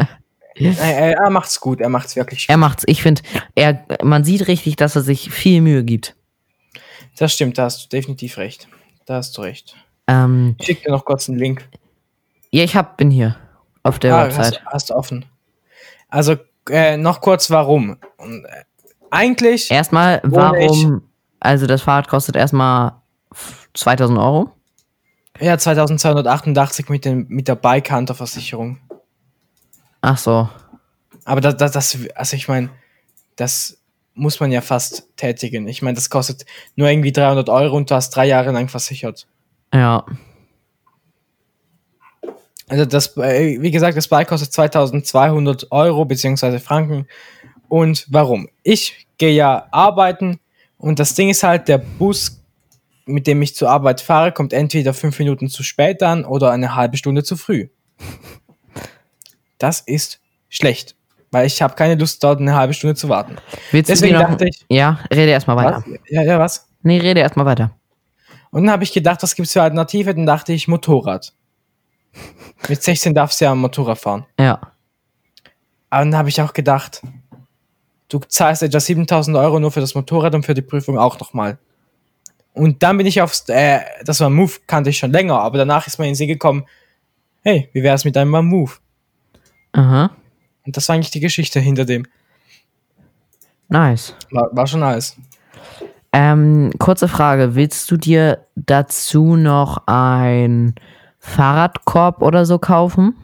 Speaker 1: Äh, äh, er macht's gut, er macht's wirklich gut.
Speaker 2: er macht's. Ich finde, er, man sieht richtig, dass er sich viel Mühe gibt.
Speaker 1: Das stimmt, da hast du definitiv recht. Da hast du recht.
Speaker 2: Ähm,
Speaker 1: Ich schick dir noch kurz einen Link.
Speaker 2: ja, ich hab, bin hier auf der
Speaker 1: Ah, hast,
Speaker 2: Website.
Speaker 1: hast du offen. Also, äh, noch kurz warum. Und, äh, eigentlich,
Speaker 2: Erstmal,
Speaker 1: Ohne
Speaker 2: warum? Also das Fahrrad kostet erstmal 2000 Euro.
Speaker 1: ja, 2288 mit, dem, mit der Bike Hunter Versicherung.
Speaker 2: Ach so.
Speaker 1: Aber das, das, das also ich meine, das muss man ja fast tätigen. Ich meine, das kostet nur irgendwie 300 Euro und du hast drei Jahre lang versichert.
Speaker 2: Ja.
Speaker 1: Also das, äh, wie gesagt, das Bike kostet 2200 Euro beziehungsweise Franken. Und warum? Ich gehe ja arbeiten und das Ding ist halt, der Bus, mit dem ich zur Arbeit fahre, kommt entweder fünf Minuten zu spät an oder eine halbe Stunde zu früh. Das ist schlecht, weil ich habe keine Lust, dort eine halbe Stunde zu warten.
Speaker 2: Willst
Speaker 1: Deswegen
Speaker 2: du mir noch,
Speaker 1: dachte ich-
Speaker 2: Ja, rede erstmal weiter.
Speaker 1: Was? Ja, ja, was?
Speaker 2: Nee, rede erstmal weiter.
Speaker 1: Und dann habe ich gedacht, was gibt's für Alternative? Dann dachte ich, Motorrad. Mit 16 darfst du ja am Motorrad fahren.
Speaker 2: Ja.
Speaker 1: Aber dann habe ich auch gedacht, du zahlst etwa 7000 Euro nur für das Motorrad und für die Prüfung auch nochmal. Und dann bin ich aufs, äh, das war Move, kannte ich schon länger, aber danach ist mir in den Sinn gekommen, hey, wie wär's mit einem Move?
Speaker 2: Aha.
Speaker 1: Und das war eigentlich die Geschichte hinter dem.
Speaker 2: Nice.
Speaker 1: War, war schon alles.
Speaker 2: Ähm, kurze Frage, willst du dir dazu noch ein Fahrradkorb oder so kaufen?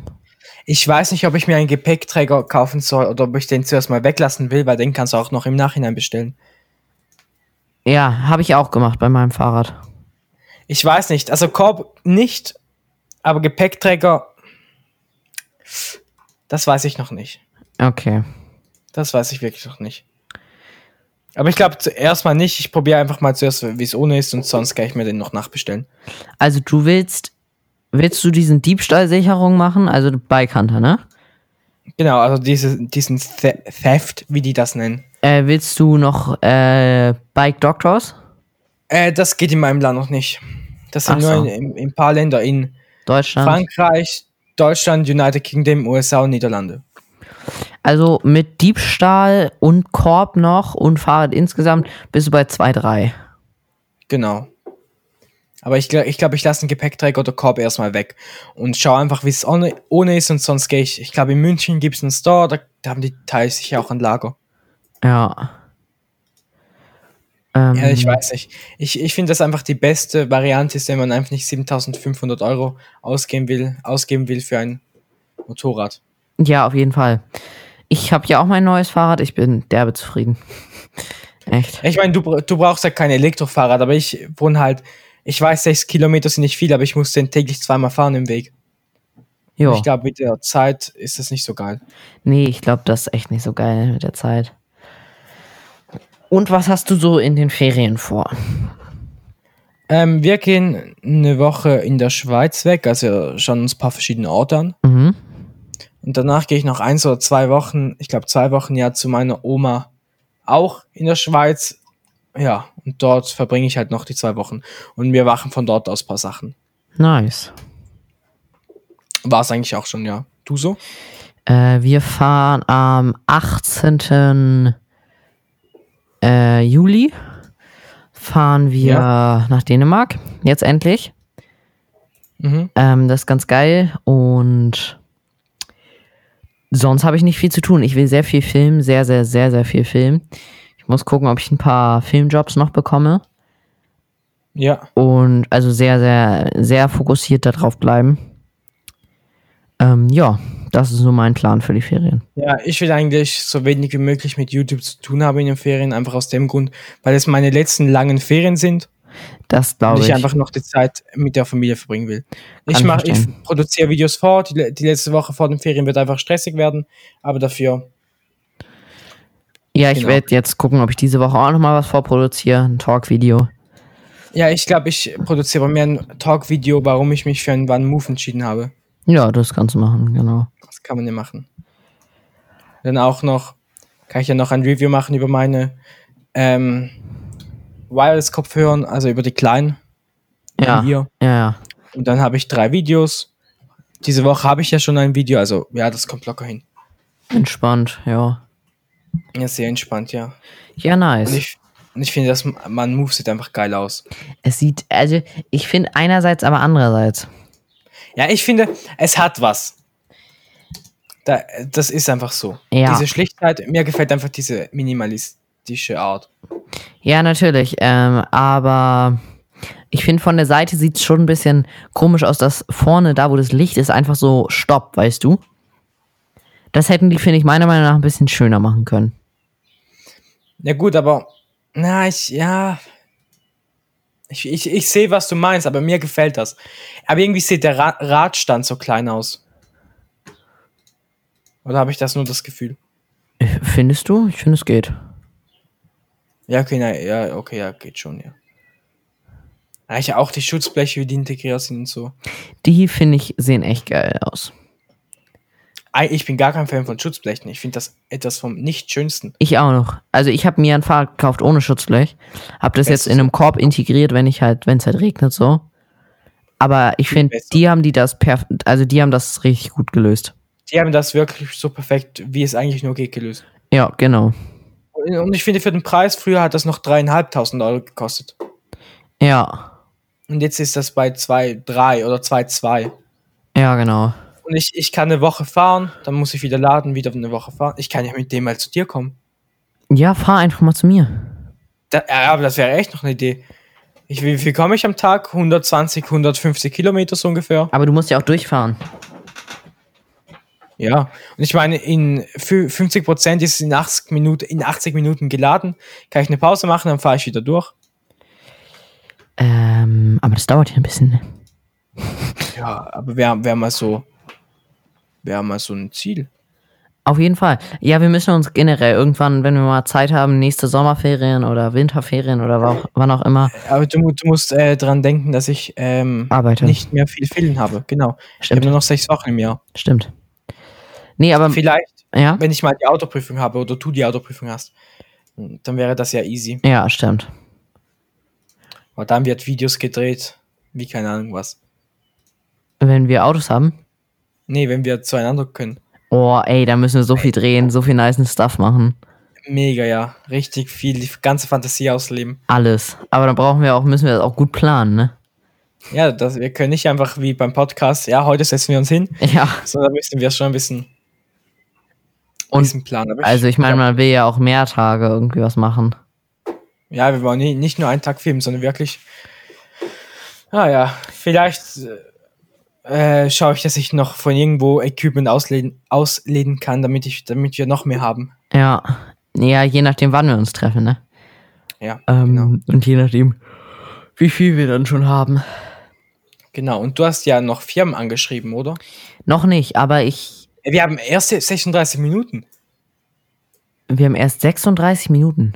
Speaker 1: Ich weiß nicht, ob ich mir einen Gepäckträger kaufen soll oder ob ich den zuerst mal weglassen will, weil den kannst du auch noch im Nachhinein bestellen.
Speaker 2: Ja, habe ich auch gemacht bei meinem Fahrrad.
Speaker 1: Ich weiß nicht. Also Korb nicht, aber Gepäckträger, das weiß ich noch nicht.
Speaker 2: Okay.
Speaker 1: Das weiß ich wirklich noch nicht. Aber ich glaube zuerst mal nicht. Ich probiere einfach mal zuerst, wie es ohne ist und sonst kann ich mir den noch nachbestellen.
Speaker 2: Also du willst, willst du diesen Diebstahlsicherung machen? Also Bike Hunter, ne?
Speaker 1: Genau, also diese, diesen The Theft, wie die das nennen.
Speaker 2: Äh, willst du noch äh, Bike Doctors?
Speaker 1: Äh, das geht in meinem Land noch nicht. Das sind
Speaker 2: Ach
Speaker 1: nur
Speaker 2: so.
Speaker 1: in, in, in ein paar Länder. In
Speaker 2: Deutschland?
Speaker 1: Frankreich, Deutschland, United Kingdom, USA und Niederlande.
Speaker 2: Also mit Diebstahl und Korb noch und Fahrrad insgesamt bist du bei 2-3.
Speaker 1: Genau. Aber ich glaube, ich, glaub, ich lasse den Gepäckträger oder Korb erstmal weg und schaue einfach, wie es ohne, ohne ist und sonst gehe ich. Ich glaube, in München gibt es einen Store, da, da haben die Teils sicher auch ein Lager.
Speaker 2: Ja. Ähm,
Speaker 1: Ja,
Speaker 2: Mhm.
Speaker 1: ich weiß nicht. Ich, ich finde das einfach die beste Variante ist, wenn man einfach nicht 7500 Euro ausgeben will, ausgeben will für ein Motorrad.
Speaker 2: Ja, auf jeden Fall. Ich habe ja auch mein neues Fahrrad. Ich bin derbe zufrieden. Echt.
Speaker 1: Ich meine, du, du brauchst ja kein Elektrofahrrad, aber ich wohne halt, ich weiß, sechs Kilometer sind nicht viel, aber ich muss den täglich zweimal fahren im Weg.
Speaker 2: Jo.
Speaker 1: Ich glaube, mit der Zeit ist das nicht so geil.
Speaker 2: nee, ich glaube, das ist echt nicht so geil mit der Zeit. Und was hast du so in den Ferien vor?
Speaker 1: Ähm, wir gehen eine Woche in der Schweiz weg, also schauen uns ein paar verschiedene Orte an.
Speaker 2: Mhm.
Speaker 1: Und danach gehe ich noch eins oder zwei Wochen, ich glaube zwei Wochen ja, zu meiner Oma, auch in der Schweiz. Ja, und dort verbringe ich halt noch die zwei Wochen. Und wir machen von dort aus ein paar Sachen.
Speaker 2: Nice.
Speaker 1: War es eigentlich auch schon, ja. Du so?
Speaker 2: Äh, wir fahren am 18. Äh, Juli fahren wir nach Dänemark. Jetzt endlich.
Speaker 1: Mhm.
Speaker 2: Ähm, das ist ganz geil und sonst habe ich nicht viel zu tun. Ich will sehr viel filmen, sehr, sehr, sehr, sehr viel filmen. Ich muss gucken, ob ich ein paar Filmjobs noch bekomme
Speaker 1: Ja.
Speaker 2: und also sehr, sehr, sehr fokussiert darauf bleiben. Ähm, ja, das ist so mein Plan für die Ferien.
Speaker 1: Ja, ich will eigentlich so wenig wie möglich mit YouTube zu tun haben in den Ferien, einfach aus dem Grund, weil es meine letzten langen Ferien sind
Speaker 2: Das
Speaker 1: und
Speaker 2: glaube
Speaker 1: ich
Speaker 2: ich.
Speaker 1: einfach noch die Zeit mit der Familie verbringen will.
Speaker 2: ich
Speaker 1: ich mach, ich
Speaker 2: verstehen.
Speaker 1: produziere Videos vor, die, le- die letzte Woche vor den Ferien wird einfach stressig werden, aber dafür,
Speaker 2: ja, ich
Speaker 1: genau.
Speaker 2: werde jetzt gucken, ob ich diese Woche auch nochmal was vorproduziere, ein Talk-Video.
Speaker 1: ja, ich glaube, ich produziere bei mir ein Talk-Video, warum ich mich für einen One Move entschieden habe.
Speaker 2: Ja, das kannst du machen, genau.
Speaker 1: Das kann man ja machen. Dann auch noch, kann ich ja noch ein Review machen über meine ähm, Wireless-Kopfhörer, also über die kleinen.
Speaker 2: Ja, ja,
Speaker 1: Hier.
Speaker 2: ja.
Speaker 1: Und dann habe ich drei Videos. Diese Woche habe ich ja schon ein Video, also ja, das kommt locker hin.
Speaker 2: entspannt, ja.
Speaker 1: Ja, sehr entspannt, ja.
Speaker 2: Ja, nice.
Speaker 1: Und ich, und ich finde, dass man Move sieht einfach geil aus.
Speaker 2: Es sieht, also ich finde einerseits, aber andererseits.
Speaker 1: Ja, ich finde, es hat was. Da, das ist einfach so.
Speaker 2: Ja.
Speaker 1: Diese Schlichtheit, mir gefällt einfach diese minimalistische Art.
Speaker 2: Ja, natürlich, ähm, aber ich finde von der Seite sieht es schon ein bisschen komisch aus, dass vorne, da wo das Licht ist, einfach so Stopp, weißt du? Das hätten die, finde ich, meiner Meinung nach ein bisschen schöner machen können.
Speaker 1: Ja, gut, aber. Na, ich, ja. Ich, ich, ich sehe, was du meinst, aber mir gefällt das. Aber irgendwie sieht der Ra Radstand so klein aus. Oder habe ich das nur das Gefühl?
Speaker 2: Äh, Findest du? Ich finde, es geht.
Speaker 1: Ja, okay, na, ja, okay, ja, geht schon, ja. Ja, ich auch die Schutzbleche, wie die integriert sind und so.
Speaker 2: Die, finde ich, sehen echt geil aus.
Speaker 1: Ei, Ich bin gar kein Fan von Schutzblechen. Ich finde das etwas vom nicht schönsten.
Speaker 2: Ich auch noch. Also ich habe mir ein Fahrrad gekauft ohne Schutzblech. Hab das jetzt
Speaker 1: Bestes.
Speaker 2: in einem Korb integriert, wenn ich halt, wenn es halt regnet so. Aber ich finde,
Speaker 1: besser.
Speaker 2: die haben die das perfekt, also die haben das richtig gut gelöst.
Speaker 1: Die haben das wirklich so perfekt, wie es eigentlich nur geht, gelöst.
Speaker 2: Ja, genau.
Speaker 1: Und ich finde, für den Preis, früher hat das noch dreieinhalbtausend Euro gekostet.
Speaker 2: Ja,
Speaker 1: Und jetzt ist das bei 2,3 oder 2,2.
Speaker 2: ja, genau.
Speaker 1: Und ich, ich kann eine Woche fahren, dann muss ich wieder laden, wieder eine Woche fahren. Ich kann ja mit dem mal zu dir kommen.
Speaker 2: Ja, fahr einfach mal zu mir.
Speaker 1: Da, ja, aber das wäre echt noch eine Idee. Ich, wie viel komme ich am Tag? 120, 150 Kilometer so ungefähr.
Speaker 2: Aber du musst ja auch durchfahren.
Speaker 1: Ja. Und ich meine, in fü- 50 Prozent ist es in 80 Minuten, in 80 Minuten geladen. Kann ich eine Pause machen, dann fahre ich wieder durch.
Speaker 2: Ähm, aber das dauert ja ein bisschen.
Speaker 1: Ja, aber wäre wär mal so, wäre mal so ein Ziel.
Speaker 2: Auf jeden Fall. Ja, wir müssen uns generell irgendwann, wenn wir mal Zeit haben, nächste Sommerferien oder Winterferien oder wa- wann auch immer.
Speaker 1: Aber du, mu- du musst äh, dran denken, dass ich ähm,
Speaker 2: Arbeite.
Speaker 1: nicht mehr viel Filmen habe. Genau. Ich
Speaker 2: Ah, Stimmt. Ähm,
Speaker 1: habe nur noch sechs Wochen im Jahr.
Speaker 2: Stimmt. Nee, aber
Speaker 1: Vielleicht,
Speaker 2: ja.
Speaker 1: wenn ich mal die Autoprüfung habe oder du die Autoprüfung hast, dann wäre das ja easy.
Speaker 2: Ja, stimmt.
Speaker 1: Aber dann wird Videos gedreht, wie keine Ahnung was.
Speaker 2: Wenn wir Autos haben.
Speaker 1: Nee, wenn wir zueinander können.
Speaker 2: Oh, ey, da müssen wir so viel drehen, so viel nice Stuff machen.
Speaker 1: Mega, ja. Richtig viel, die ganze Fantasie ausleben.
Speaker 2: Alles. Aber dann brauchen wir auch, müssen wir das auch gut planen, ne?
Speaker 1: Ja, das, wir können nicht einfach wie beim Podcast, ja, heute setzen wir uns hin,
Speaker 2: Ja.
Speaker 1: sondern müssen wir schon ein bisschen, ein
Speaker 2: Und-
Speaker 1: bisschen planen. Aber ich-
Speaker 2: Also ich meine, man will ja auch mehr Tage irgendwie was machen.
Speaker 1: Ja, wir wollen nie- nicht nur einen Tag filmen, sondern wirklich. Ah ja, vielleicht äh, schaue ich, dass ich noch von irgendwo Equipment auslehnen, auslehnen kann, damit, ich, damit wir noch mehr haben.
Speaker 2: Ja. Ja, je nachdem, wann wir uns treffen, ne?
Speaker 1: Ja,
Speaker 2: Ähm,
Speaker 1: genau.
Speaker 2: Und je nachdem, wie viel wir dann schon haben.
Speaker 1: Genau, und du hast ja noch Firmen angeschrieben, oder?
Speaker 2: Noch nicht, aber ich.
Speaker 1: Äh, Wir haben erste 36 Minuten.
Speaker 2: Wir haben erst 36 Minuten.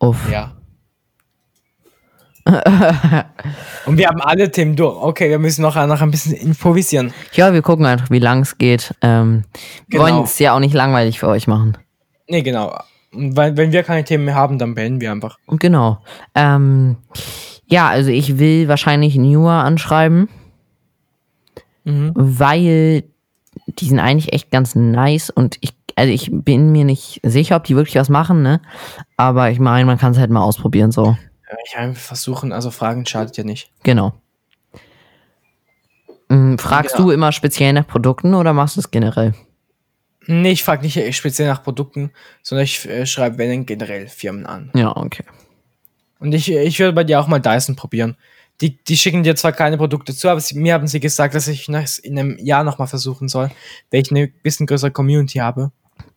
Speaker 2: Uff.
Speaker 1: Ja. und wir haben alle Themen durch. Okay, wir müssen noch, noch ein bisschen improvisieren.
Speaker 2: Ja, wir gucken einfach, wie lang es geht. Ähm, wir
Speaker 1: Genau.
Speaker 2: wollen es ja auch nicht langweilig für euch machen.
Speaker 1: Nee, genau. Und wenn, wenn wir keine Themen mehr haben, dann beenden wir einfach.
Speaker 2: Und Genau. Ähm, ja, also ich will wahrscheinlich Newer anschreiben,
Speaker 1: Mhm.
Speaker 2: weil die sind eigentlich echt ganz nice und ich, also ich bin mir nicht sicher, ob die wirklich was machen, ne? Aber ich meine, man kann es halt mal ausprobieren, so.
Speaker 1: Ja, Ich einfach versuchen, also Fragen schadet ja nicht.
Speaker 2: Genau. Mm, Fragst
Speaker 1: Ja.
Speaker 2: du immer speziell nach Produkten oder machst du es generell?
Speaker 1: Nee, ich frage nicht speziell nach Produkten, sondern ich äh, schreibe, wenn dann generell Firmen an.
Speaker 2: Ja, okay.
Speaker 1: Und ich, ich würde bei dir auch mal Dyson probieren. Die, die schicken dir zwar keine Produkte zu, aber sie, mir haben sie gesagt, dass ich das in einem Jahr nochmal versuchen soll, weil ich eine bisschen größere Community habe.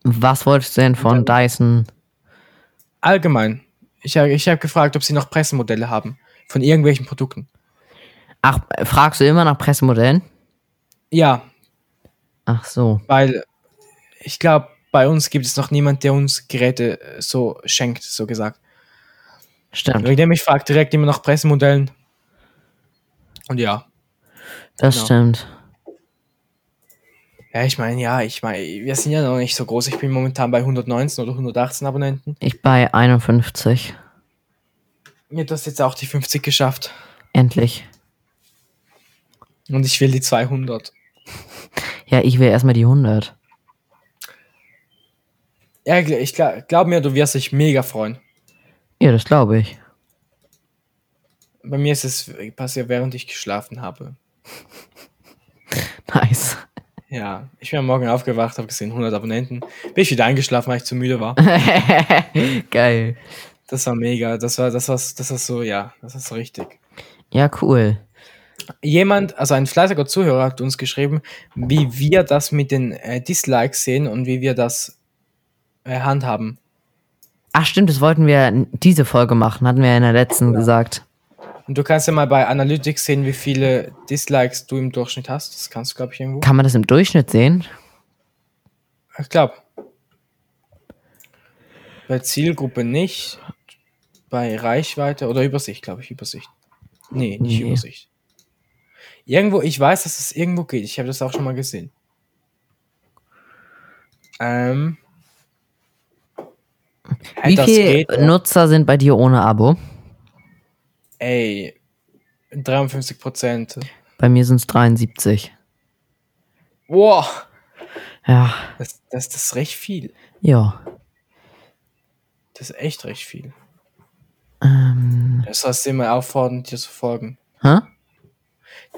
Speaker 2: Was wolltest du denn von Dyson?
Speaker 1: Allgemein. Ich, hab- ich habe gefragt, ob sie noch Pressemodelle haben von irgendwelchen Produkten.
Speaker 2: Ach, fragst du immer nach Pressemodellen?
Speaker 1: Ja,
Speaker 2: Ach so.
Speaker 1: weil ich glaube, bei uns gibt es noch niemand, der uns Geräte äh, so schenkt, so gesagt.
Speaker 2: Stimmt.
Speaker 1: Wenn der mich fragt, direkt immer nach Pressemodellen. Und ja.
Speaker 2: Das
Speaker 1: genau.
Speaker 2: stimmt.
Speaker 1: Ja, ich meine, ja, ich meine, wir sind ja noch nicht so groß. Ich bin momentan bei 119 oder 118 Abonnenten.
Speaker 2: Ich bei 51.
Speaker 1: Mir hat das jetzt auch die 50 geschafft.
Speaker 2: Endlich.
Speaker 1: Und ich will die 200.
Speaker 2: Ja, ich will erstmal die 100.
Speaker 1: Ja, gl- ich gla- glaub mir, du wirst dich mega freuen.
Speaker 2: Ja, das glaube ich.
Speaker 1: Bei mir ist es passiert, während ich geschlafen habe.
Speaker 2: Nice.
Speaker 1: Ja, ich bin am Morgen aufgewacht, habe gesehen 100 Abonnenten. Bin ich wieder eingeschlafen, weil ich zu müde war.
Speaker 2: Geil.
Speaker 1: Das war mega. Das war, das war, das war so, ja, das ist so richtig.
Speaker 2: Ja, cool.
Speaker 1: jemand, also ein fleißiger Zuhörer hat uns geschrieben, wie wir das mit den äh, Dislikes sehen und wie wir das äh, handhaben.
Speaker 2: Ach stimmt, das wollten wir in diese Folge machen, hatten wir ja in der letzten gesagt.
Speaker 1: Und du kannst ja mal bei Analytics sehen, wie viele Dislikes du im Durchschnitt hast. Das kannst du, glaube ich, irgendwo.
Speaker 2: Kann man das im Durchschnitt sehen?
Speaker 1: Ich glaube. Bei Zielgruppe nicht. Bei Reichweite oder Übersicht, glaube ich, Übersicht. Nee, nicht
Speaker 2: Nee.
Speaker 1: Übersicht. Irgendwo, ich weiß, dass es irgendwo geht. Ich habe das auch schon mal gesehen. Ähm. Hey,
Speaker 2: Wie
Speaker 1: das
Speaker 2: viele
Speaker 1: geht. doch.
Speaker 2: Nutzer sind bei dir ohne Abo?
Speaker 1: Ey, 53 Prozent.
Speaker 2: Bei mir sind es 73.
Speaker 1: Wow,
Speaker 2: Ja,
Speaker 1: das, das, das ist recht viel.
Speaker 2: ja.
Speaker 1: Das ist echt recht viel.
Speaker 2: Ähm,
Speaker 1: Das heißt, immer auffordern, dir zu folgen.
Speaker 2: hä?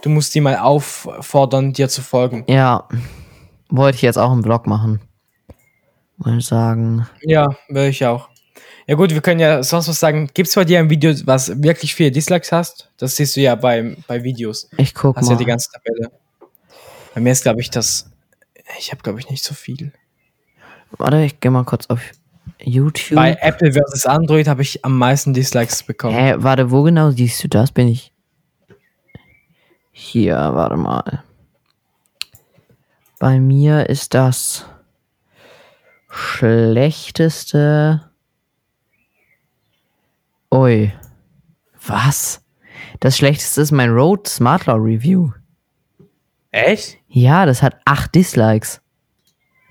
Speaker 1: Du musst die mal auffordern, dir zu folgen.
Speaker 2: Ja, wollte ich jetzt auch einen Vlog machen. Mal sagen.
Speaker 1: Ja, will ich auch. Ja gut, wir können ja sonst was sagen. Gibt es bei dir ein Video, was wirklich viele Dislikes hast? Das siehst du ja bei, bei Videos.
Speaker 2: Ich guck
Speaker 1: Hast
Speaker 2: mal.
Speaker 1: ja die ganze Tabelle. Bei mir ist, glaube ich, das... Ich habe, glaube ich, nicht so viel.
Speaker 2: Warte, ich gehe mal kurz auf YouTube.
Speaker 1: Bei Apple versus Android habe ich am meisten Dislikes bekommen.
Speaker 2: Hä, warte, wo genau siehst du das? Bin ich. Hier, warte mal. Bei mir ist das schlechteste. Ui. Was? Das schlechteste ist mein Road Smartlaw Review.
Speaker 1: Echt?
Speaker 2: Ja, das hat 8 Dislikes.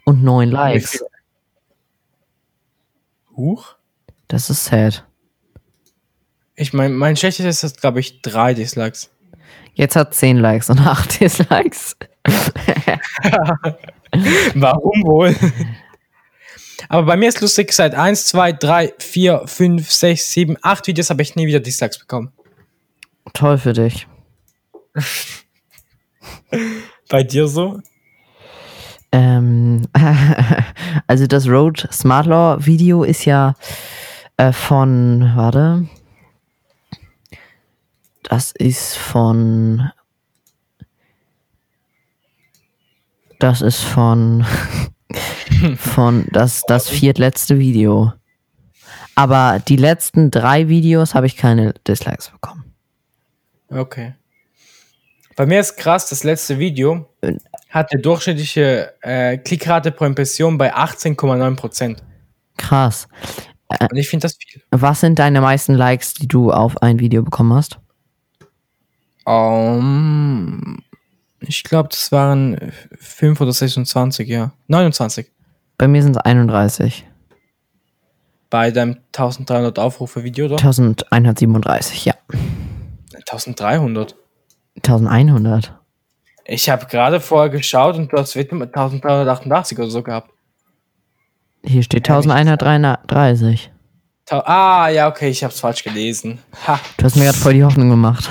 Speaker 2: Und 9
Speaker 1: Wie
Speaker 2: Likes.
Speaker 1: viel? Huch?
Speaker 2: Das ist sad.
Speaker 1: Ich meine, mein schlechtes ist, glaube ich, drei Dislikes.
Speaker 2: Jetzt hat 10 Likes und 8 Dislikes.
Speaker 1: Warum wohl? Aber bei mir ist lustig, seit 1, 2, 3, 4, 5, 6, 7, 8 Videos habe ich nie wieder Dislikes bekommen.
Speaker 2: Toll für dich.
Speaker 1: Bei dir so?
Speaker 2: Ähm, also das Road Smart Law Video ist ja äh, von, warte, das ist von, das ist von, von das, das viertletzte Video. Aber die letzten drei Videos habe ich keine Dislikes bekommen.
Speaker 1: Okay. Bei mir ist krass, das letzte Video hatte durchschnittliche äh, Klickrate pro Impression bei 18,9%.
Speaker 2: Krass.
Speaker 1: Und ich finde das viel.
Speaker 2: Was sind deine meisten Likes, die du auf ein Video bekommen hast?
Speaker 1: Ähm, ich glaube, das waren 5 oder 26, ja. 29.
Speaker 2: Bei mir sind es 31.
Speaker 1: Bei deinem 1300 Aufrufe Video, oder?
Speaker 2: 1137, ja.
Speaker 1: 1300.
Speaker 2: 1100.
Speaker 1: Ich habe gerade vorher geschaut und du hast wirklich 1388 oder so gehabt.
Speaker 2: Hier steht
Speaker 1: Ja, richtig.
Speaker 2: 1133.
Speaker 1: Ta- Ah, ja, okay, ich habe es falsch gelesen. Ha,
Speaker 2: Du hast mir gerade voll die Hoffnung gemacht.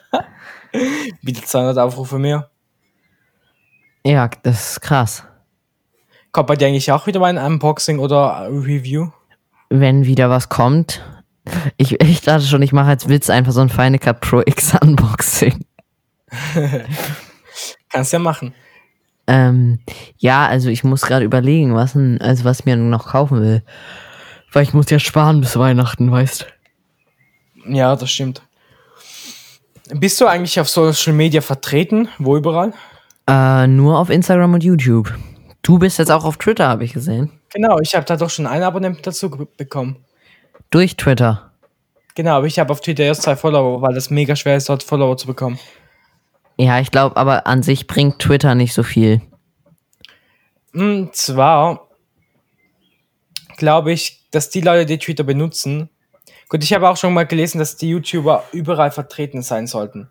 Speaker 1: wieder 200 Aufrufe mehr.
Speaker 2: Ja, das ist krass.
Speaker 1: Kommt bei dir eigentlich auch wieder mal ein Unboxing oder Review?
Speaker 2: Wenn wieder was kommt. Ich, ich dachte schon, ich mache als Witz einfach so ein Final Cut Pro X Unboxing.
Speaker 1: Kannst ja machen.
Speaker 2: Ähm, ja, also ich muss gerade überlegen, was denn, also was ich mir noch kaufen will. Weil ich muss ja sparen bis Weihnachten, weißt
Speaker 1: Ja, das stimmt. Bist du eigentlich auf Social Media vertreten? Wo überall?
Speaker 2: Äh, nur auf Instagram und YouTube. Du bist jetzt auch auf Twitter, habe ich gesehen.
Speaker 1: Genau, ich habe da doch schon einen Abonnenten dazu ge- bekommen.
Speaker 2: Durch Twitter.
Speaker 1: Genau, aber ich habe auf Twitter erst zwei Follower, weil das mega schwer ist, dort Follower zu bekommen.
Speaker 2: Ja, ich glaube, aber an sich bringt Twitter nicht so viel.
Speaker 1: Und Hm, zwar glaube ich, dass die Leute, die Twitter benutzen, gut, ich habe auch schon mal gelesen, dass die YouTuber überall vertreten sein sollten.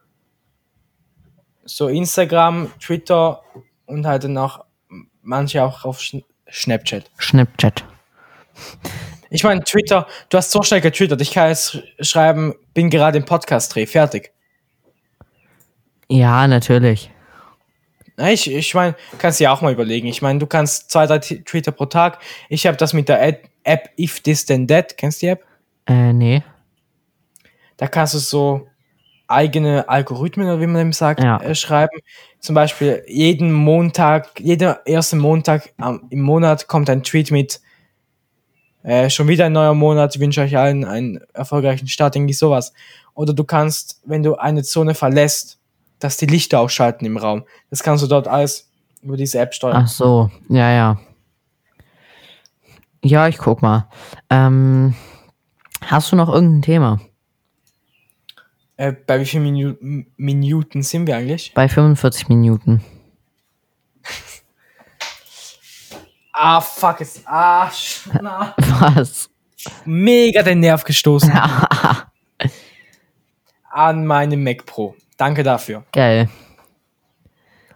Speaker 1: So Instagram, Twitter und halt dann auch manche auch auf Schn- Snapchat.
Speaker 2: Snapchat.
Speaker 1: Ich meine, Twitter, du hast so schnell getwittert, ich kann jetzt sch- schreiben, bin gerade im Podcast-Dreh, fertig.
Speaker 2: Ja, natürlich.
Speaker 1: Na, Ich, ich meine, kannst dir auch mal überlegen. Ich meine, du kannst zwei, drei T- Twitter pro Tag. Ich habe das mit der Ad- App If This Then That. Kennst du die App?
Speaker 2: Äh, nee.
Speaker 1: Da kannst du so eigene Algorithmen, oder wie man dem sagt,
Speaker 2: Ja.
Speaker 1: äh, schreiben. Zum Beispiel jeden Montag, jeden ersten Montag am- im Monat kommt ein Tweet mit äh, schon wieder ein neuer Monat, wünsche euch allen einen erfolgreichen Start, irgendwie sowas. Oder du kannst, wenn du eine Zone verlässt, dass die Lichter ausschalten im Raum. Das kannst du dort alles über diese App steuern.
Speaker 2: Ach so. Ja, ja. Ja, ich guck mal. Ähm, hast du noch irgendein Thema?
Speaker 1: Äh, bei wie vielen Minu M- Minuten sind wir eigentlich?
Speaker 2: Bei 45 Minuten.
Speaker 1: Ah, fuck, ist Arsch. Na.
Speaker 2: Was?
Speaker 1: mega den Nerv gestoßen. An meinem Mac Pro. Danke dafür.
Speaker 2: Geil.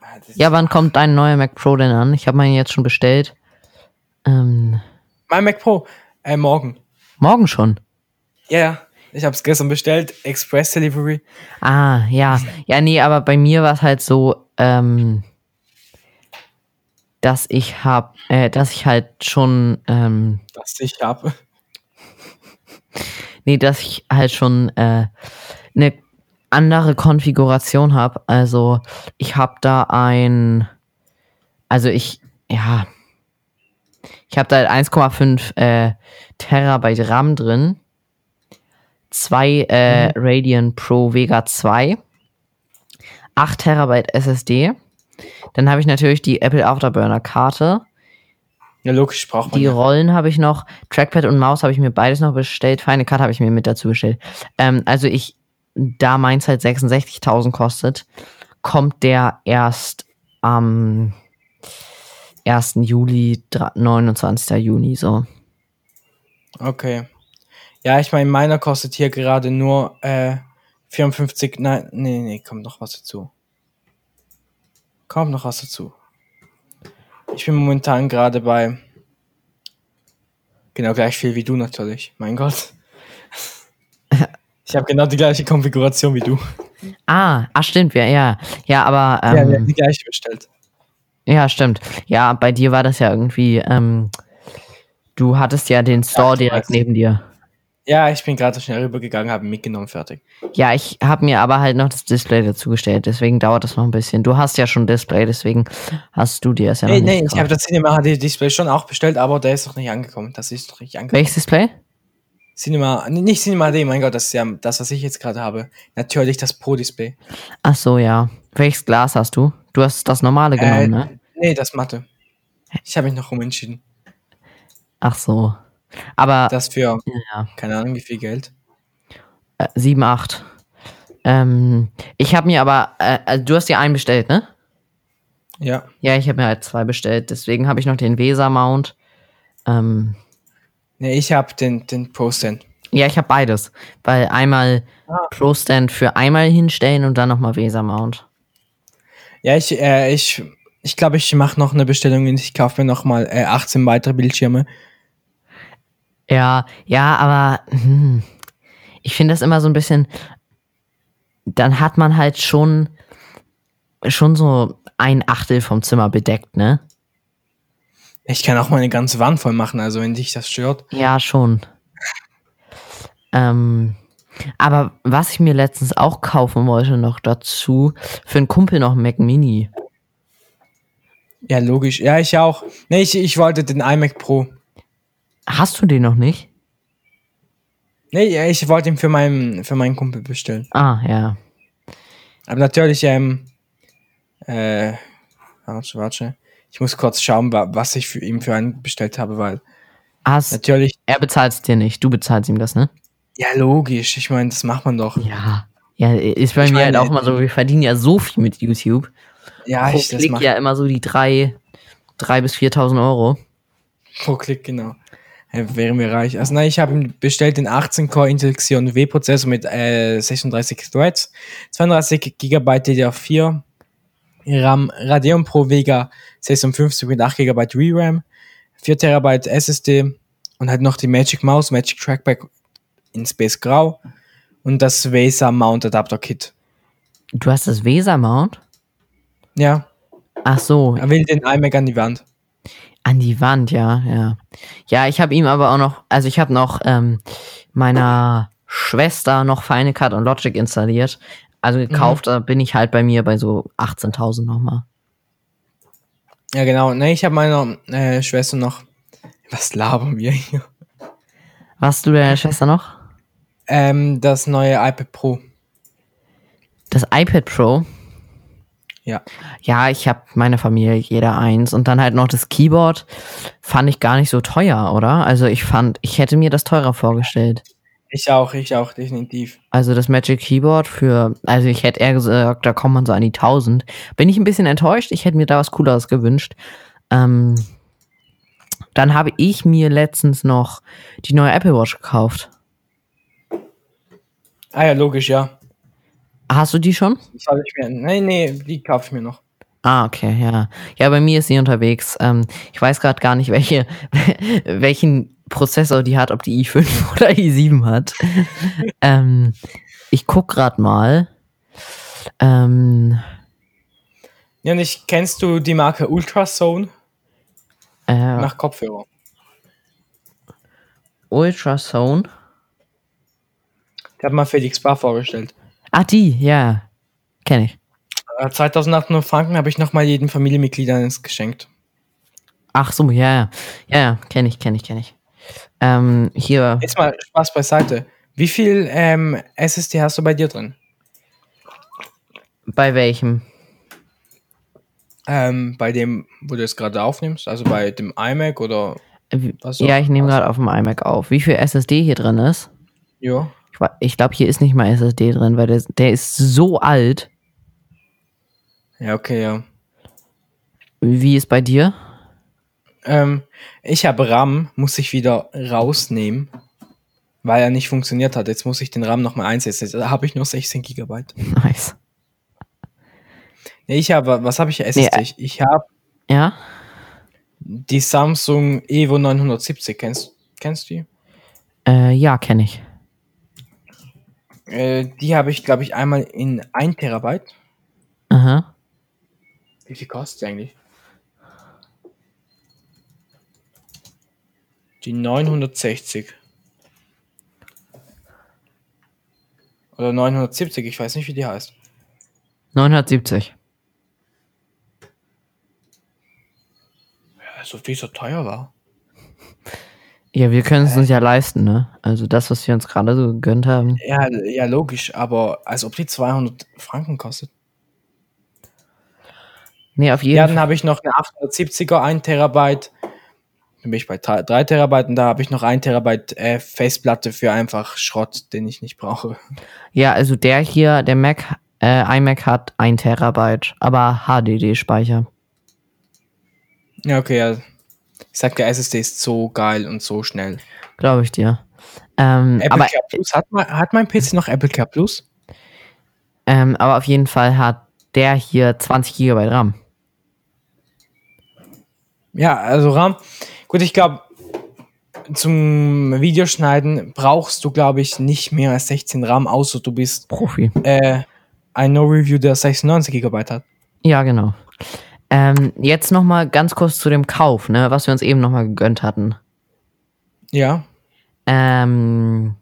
Speaker 1: Ah, das-
Speaker 2: Ja, wann kommt dein neuer Mac Pro denn an? Ich habe meinen jetzt schon bestellt. Ähm,
Speaker 1: Mein Mac Pro, äh, morgen.
Speaker 2: morgen schon.
Speaker 1: Ja, ja. Ich habe es gestern bestellt. Express Delivery.
Speaker 2: Ah, ja. Ja, nee, aber bei mir war es halt so, ähm, dass ich hab, äh, dass ich halt schon, ähm,
Speaker 1: Das ich habe.
Speaker 2: nee, dass ich halt schon äh, eine andere Konfiguration habe. Also ich habe da ein, also ich, ja, ich habe da halt 1,5 äh, Terabyte RAM drin, zwei äh, Radeon Pro Vega 2, 8 Terabyte SSD. Dann habe ich natürlich die Apple Afterburner Karte.
Speaker 1: Ja, logisch, braucht man.
Speaker 2: Die
Speaker 1: ja.
Speaker 2: Rollen habe ich noch. Trackpad und Maus habe ich mir beides noch bestellt. Feine Karte habe ich mir mit dazu bestellt. Ähm, also ich, da meins halt 66.000 kostet, kommt der erst am 1. Juli, dra- 29. Juni, so.
Speaker 1: Okay. Ja, ich meine, meiner kostet hier gerade nur äh, 54. Nein, nee, nee, kommt noch was dazu. Kommt noch was dazu. Ich bin momentan gerade bei genau gleich viel wie du natürlich. Mein Gott. Ich habe genau die gleiche Konfiguration wie du.
Speaker 2: Ah, ach stimmt, ja, ja. Ja, aber
Speaker 1: Ja, wir haben
Speaker 2: ähm,
Speaker 1: die gleiche bestellt.
Speaker 2: ja. stimmt. Ja, bei dir war das ja irgendwie, ähm, du hattest ja den Store
Speaker 1: ich
Speaker 2: direkt
Speaker 1: weiß.
Speaker 2: neben dir.
Speaker 1: Ja, ich bin gerade schnell rübergegangen, habe ihn mitgenommen, fertig.
Speaker 2: Ja, ich habe mir aber halt noch das Display dazugestellt, deswegen dauert das noch ein bisschen. Du hast ja schon Display, deswegen hast du dir das ja noch
Speaker 1: Nee,
Speaker 2: nicht
Speaker 1: Äh, nee, ich
Speaker 2: gekauft.
Speaker 1: habe das Cinema HD Display schon auch bestellt, aber der ist noch nicht angekommen. Das ist noch nicht angekommen.
Speaker 2: Welches Display?
Speaker 1: Cinema, nee, nicht Cinema HD, mein Gott, das ist ja das, was ich jetzt gerade habe. Natürlich das Pro Display.
Speaker 2: Ach so, ja. Welches Glas hast du? Du hast das normale genommen,
Speaker 1: Äh,
Speaker 2: ne?
Speaker 1: Nee, das Matte. Ich habe mich noch umentschieden.
Speaker 2: Ach so. Aber
Speaker 1: Das für
Speaker 2: ja,
Speaker 1: keine Ahnung wie viel Geld.
Speaker 2: äh, 7, 8. Ähm, ich habe mir aber, äh, also du hast dir einen bestellt, ne?
Speaker 1: Ja.
Speaker 2: Ja, ich habe mir halt zwei bestellt, deswegen habe ich noch den Weser-Mount. Ähm,
Speaker 1: Nee, ich habe den, den Pro Stand.
Speaker 2: ja, ich habe beides. Weil einmal
Speaker 1: Ah.
Speaker 2: Pro-Stand für einmal hinstellen und dann nochmal Weser-Mount.
Speaker 1: Ja, ich, äh, ich, ich glaube, ich mache noch eine Bestellung und ich kaufe mir nochmal äh, 18 weitere Bildschirme.
Speaker 2: Ja, ja, aber hm, ich finde das immer so ein bisschen, dann hat man halt schon, schon so ein Achtel vom Zimmer bedeckt, ne?
Speaker 1: Ich kann auch meine ganze Wand voll machen, also wenn dich das stört.
Speaker 2: Ja, schon. Ähm, aber was ich mir letztens auch kaufen wollte noch dazu, für einen Kumpel noch einen Mac Mini.
Speaker 1: Ja, logisch. Ja, ich auch. Nee, ich, ich wollte den iMac Pro.
Speaker 2: Hast du den noch nicht?
Speaker 1: Nee, ja, ich wollte ihn für meinen, für meinen Kumpel bestellen.
Speaker 2: Ah, ja.
Speaker 1: Aber natürlich, ähm, äh, warte, warte. Ich muss kurz schauen, wa- was ich für ihm für einen bestellt habe, weil
Speaker 2: Hast,
Speaker 1: natürlich,
Speaker 2: er bezahlt es dir nicht, du bezahlst ihm das, ne?
Speaker 1: ja, logisch. Ich meine, das macht man doch.
Speaker 2: Ja. Ja, ist bei
Speaker 1: Ich
Speaker 2: mir halt
Speaker 1: meine,
Speaker 2: auch mal so, wir verdienen ja so viel mit YouTube.
Speaker 1: Ja,
Speaker 2: pro
Speaker 1: Ah, ich, das
Speaker 2: Klick
Speaker 1: macht
Speaker 2: ja immer so die 3 drei bis 4.000 Euro.
Speaker 1: pro Klick, genau. Äh, wären wir reich. Also, nein, ich habe ihm bestellt den 18-Core Intel Xeon W-Prozessor mit äh, 36 Threads, 32 GB DDR4, RAM Radeon Pro Vega 56 mit 8 GB VRAM, 4 TB SSD und halt noch die Magic Mouse, Magic Trackpad in Space Grau und das Vaser Mount Adapter Kit.
Speaker 2: Du hast das Weser-Mount?
Speaker 1: Ja,
Speaker 2: Ach so,
Speaker 1: er will den iMac an die Wand.
Speaker 2: an die Wand, ja, ja. Ja, ich habe ihm aber auch noch, also ich habe noch ähm, meiner Schwester noch Final Cut und Logic installiert.
Speaker 1: Mhm.
Speaker 2: Also gekauft, da bin ich halt bei mir bei so 18.000 nochmal.
Speaker 1: Ja, genau. Ne, ich habe meiner äh, Schwester noch. Was labern wir hier?
Speaker 2: Hast du deiner Schwester noch?
Speaker 1: Ähm, das neue iPad Pro.
Speaker 2: Das iPad Pro?
Speaker 1: Ja.
Speaker 2: Ja, ich habe meiner Familie jeder eins und dann halt noch das Keyboard. Fand ich gar nicht so teuer, oder? Also ich fand, ich hätte mir das teurer vorgestellt.
Speaker 1: Ich auch, ich auch, definitiv.
Speaker 2: Also das Magic Keyboard für, also ich hätte eher gesagt, da kommt man so an die 1000. Bin ich ein bisschen enttäuscht, ich hätte mir da was Cooleres gewünscht. Ähm, dann habe ich mir letztens noch die neue Apple Watch gekauft.
Speaker 1: Ah ja, logisch, ja.
Speaker 2: Hast du die schon?
Speaker 1: Das habe ich mir. Nee, nee, die kaufe ich mir noch.
Speaker 2: Ah, okay, ja. Ja, bei mir ist sie unterwegs. Ähm, ich weiß gerade gar nicht, welche, welchen Prozessor die hat, ob die i5 oder i7 hat. ähm, ich guck gerade mal. Ähm,
Speaker 1: Ja, und ich, kennst du die Marke Ultrasound
Speaker 2: äh,
Speaker 1: nach Kopfhörer?
Speaker 2: Ultrasound.
Speaker 1: Die hat mal Felix Bar vorgestellt.
Speaker 2: Ah, die, ja. Kenne ich.
Speaker 1: Äh, 2800 Franken habe ich nochmal jedem Familienmitglied eines geschenkt.
Speaker 2: Ach so, ja, ja. Ja, ja, kenne ich, kenne ich, kenne ich. Ähm, hier
Speaker 1: Jetzt mal Spaß beiseite. Wie viel ähm, SSD hast du bei dir drin?
Speaker 2: bei welchem?
Speaker 1: Ähm, bei dem, wo du es gerade aufnimmst, also bei dem iMac oder
Speaker 2: Wie-
Speaker 1: was
Speaker 2: ja,
Speaker 1: auch-
Speaker 2: ich nehme
Speaker 1: was-
Speaker 2: gerade auf dem iMac auf. Wie viel SSD hier drin ist?
Speaker 1: Ja.
Speaker 2: Ich, wa- ich glaube, hier ist nicht mal SSD drin, weil der, der ist so alt.
Speaker 1: Ja, okay, ja.
Speaker 2: Wie ist bei dir?
Speaker 1: Ähm, ich habe RAM, muss ich wieder rausnehmen, weil er nicht funktioniert hat. Jetzt muss ich den RAM nochmal einsetzen. Da habe ich nur 16 Gigabyte.
Speaker 2: Nice.
Speaker 1: Nee, ich habe, was habe ich? Es
Speaker 2: Nee,
Speaker 1: ist ich. Ich habe
Speaker 2: Ja?
Speaker 1: die Samsung Evo 970. Kennst, kennst du die?
Speaker 2: Äh, ja, kenne ich.
Speaker 1: Äh, die habe ich, glaube ich, einmal in 1 Terabyte.
Speaker 2: Aha.
Speaker 1: Wie viel kostet die eigentlich? Die 960. Oder 970, ich weiß nicht, wie die heißt.
Speaker 2: 970.
Speaker 1: Also, wie so teuer war.
Speaker 2: Ja, wir können es uns ja leisten, ne? Also das, was wir uns gerade so gegönnt haben.
Speaker 1: Ja, ja, logisch, aber als ob die 200 Franken kostet.
Speaker 2: Nee, auf jeden
Speaker 1: Ja,
Speaker 2: Fall.
Speaker 1: dann habe ich noch eine 870er, 1 Terabyte. Dann bin ich bei 3, Terabyte und da habe ich noch 1 Terabyte äh, Festplatte für einfach Schrott, den ich nicht brauche.
Speaker 2: Ja, also der hier, der Mac, äh, iMac hat 1 Terabyte, aber HDD-Speicher.
Speaker 1: Ja, okay, ja. Ich sag, der SSD ist so geil und so schnell.
Speaker 2: Glaube ich dir. Ähm,
Speaker 1: Apple
Speaker 2: aber,
Speaker 1: Care Plus, hat mein, hat mein PC noch Apple Care Plus?
Speaker 2: ähm, aber auf jeden Fall hat der hier 20 GB RAM.
Speaker 1: Ja, also RAM. Gut, ich glaube, zum Videoschneiden brauchst du, glaube ich, nicht mehr als 16 RAM, außer du bist
Speaker 2: Profi.
Speaker 1: äh, ein No-Review, der 96 GB hat.
Speaker 2: Ja, genau. Ähm, jetzt nochmal ganz kurz zu dem Kauf, ne, was wir uns eben nochmal gegönnt hatten.
Speaker 1: Ja.
Speaker 2: Ähm,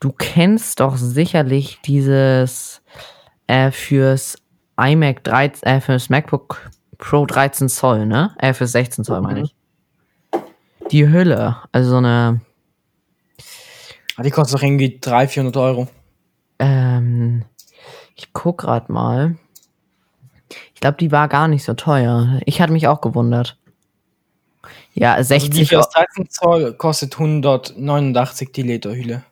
Speaker 2: du kennst doch sicherlich dieses äh, fürs iMac 13, äh, fürs MacBook Pro 13 Zoll, ne? Äh, fürs 16 Zoll meine
Speaker 1: Mhm.
Speaker 2: ich. Die Hülle, also so eine,
Speaker 1: Ah, Die kostet doch irgendwie 300, 400 Euro. Also
Speaker 2: ähm, ich guck grad mal. Ich glaube, die war gar nicht so teuer. Ich hatte mich auch gewundert. Ja,
Speaker 1: Also die
Speaker 2: 60
Speaker 1: für das 13 Zoll kostet 189 die Lederhülle.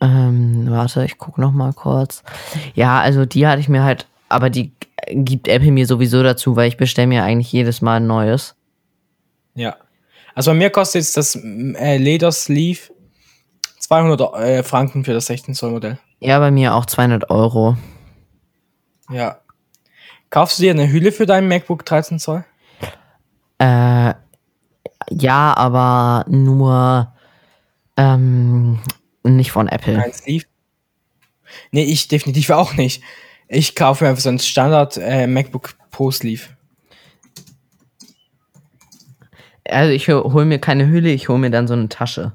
Speaker 2: Ähm, warte, ich guck noch mal kurz. Ja, also die hatte ich mir halt, aber die gibt Apple mir sowieso dazu, weil ich bestelle mir eigentlich jedes Mal ein neues.
Speaker 1: Ja. Also bei mir kostet jetzt das m, äh, Ledersleeve 200 äh, Franken für das 16 Zoll Modell.
Speaker 2: Ja, bei mir auch 200 Euro.
Speaker 1: Ja. Kaufst du dir eine Hülle für deinen MacBook 13 Zoll?
Speaker 2: Äh, ja, aber nur ähm, nicht von Apple.
Speaker 1: Kein Sleeve? Nee, ich definitiv auch nicht. Ich kaufe mir einfach so ein Standard äh, MacBook Pro Sleeve.
Speaker 2: Also ich hol hol mir keine Hülle, ich hol mir dann so eine Tasche.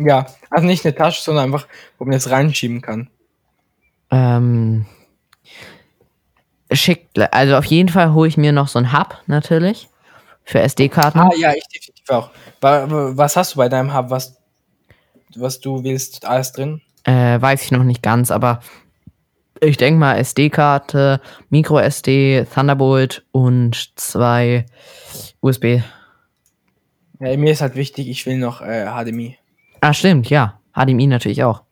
Speaker 1: Ja, also nicht eine Tasche, sondern einfach, wo man das reinschieben kann.
Speaker 2: Ähm, schick, also auf jeden Fall hole ich mir noch so ein Hub natürlich für SD-Karten.
Speaker 1: Ah ja, ich definitiv auch. Wa- wa- Was hast du bei deinem Hub, was, was du willst, alles drin?
Speaker 2: Äh, weiß ich noch nicht ganz, aber ich denke mal SD-Karte, Micro SD, Thunderbolt und zwei USB.
Speaker 1: Ja, mir ist halt wichtig, ich will noch äh, HDMI.
Speaker 2: Ah, stimmt, ja. HDMI natürlich auch.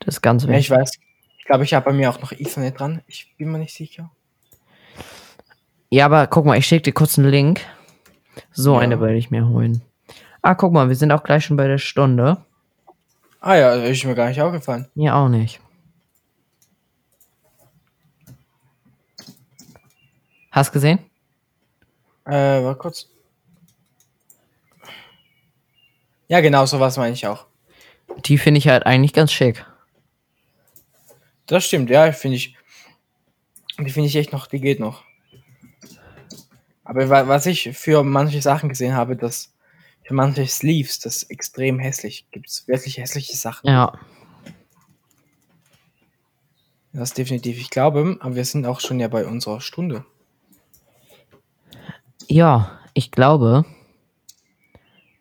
Speaker 2: Das Ganze.
Speaker 1: Ja, ich weiß. Ich glaube, ich habe bei mir auch noch Ethernet dran. Ich bin mir nicht sicher.
Speaker 2: Ja, aber guck mal, ich schicke dir kurz einen Link. So
Speaker 1: Ja.
Speaker 2: eine werde ich mir holen. Ah, guck mal, wir sind auch gleich schon bei der Stunde.
Speaker 1: Ah ja, ist mir gar nicht aufgefallen.
Speaker 2: Mir auch nicht. Hast gesehen?
Speaker 1: Äh, war kurz. Ja, genau, sowas meine ich auch.
Speaker 2: Die finde ich halt eigentlich ganz schick.
Speaker 1: Das stimmt, ja, finde ich. Die finde ich echt noch, die geht noch. Aber wa- was ich für manche Sachen gesehen habe, dass für manche Sleeves, das ist extrem hässlich. Gibt es wirklich hässliche Sachen.
Speaker 2: Ja.
Speaker 1: Das definitiv, ich glaube, aber wir sind auch schon ja bei unserer Stunde.
Speaker 2: Ja, ich glaube,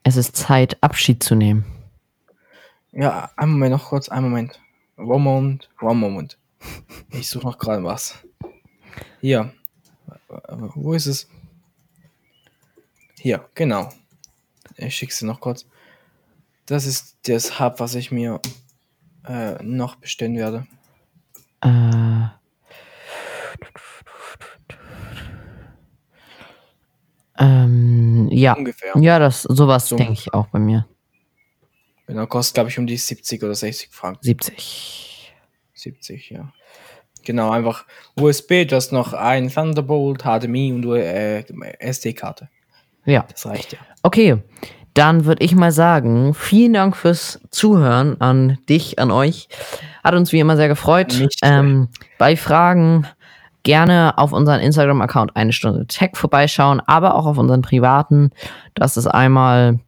Speaker 2: es ist Zeit, Abschied zu nehmen.
Speaker 1: Ja, einen Moment noch kurz, einen Moment. One moment, one moment. Ich suche noch gerade was. Hier. Wo ist es? Hier, genau. Ich schick's dir noch kurz. Das ist das Hub, was ich mir äh, noch bestellen werde.
Speaker 2: Äh, ähm, ja.
Speaker 1: Ungefähr.
Speaker 2: Ja, das sowas
Speaker 1: So.
Speaker 2: denke ich auch bei mir.
Speaker 1: Genau, kostet, glaube ich, um die 70 oder 60 Franken.
Speaker 2: 70.
Speaker 1: 70, ja. Genau, einfach USB, du hast noch ein Thunderbolt, HDMI und äh, SD-Karte.
Speaker 2: Ja.
Speaker 1: Das reicht ja.
Speaker 2: Okay, dann würde ich mal sagen, vielen Dank fürs Zuhören an dich, an euch. Hat uns wie immer sehr gefreut.
Speaker 1: Mich
Speaker 2: Ähm, bei Fragen gerne auf unseren Instagram-Account eine Stunde Tech vorbeischauen, aber auch auf unseren privaten. Das ist einmal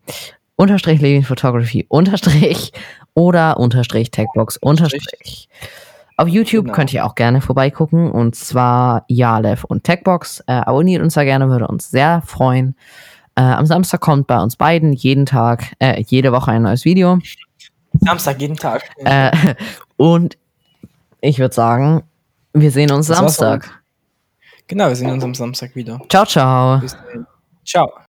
Speaker 2: unterstrich Levin Photography unterstrich oder unterstrich Techbox unterstrich. Auf YouTube
Speaker 1: Genau.
Speaker 2: könnt ihr auch gerne vorbeigucken und zwar Jalev und Techbox. Äh, abonniert uns da gerne, würde uns sehr freuen. Äh, am Samstag kommt bei uns beiden jeden Tag, äh, jede Woche ein neues Video.
Speaker 1: Samstag jeden Tag.
Speaker 2: Äh, und ich würde sagen, wir sehen uns
Speaker 1: Das war's von
Speaker 2: Samstag.
Speaker 1: Genau, wir sehen uns am Samstag wieder.
Speaker 2: Ciao, ciao.
Speaker 1: Bis dahin. Ciao.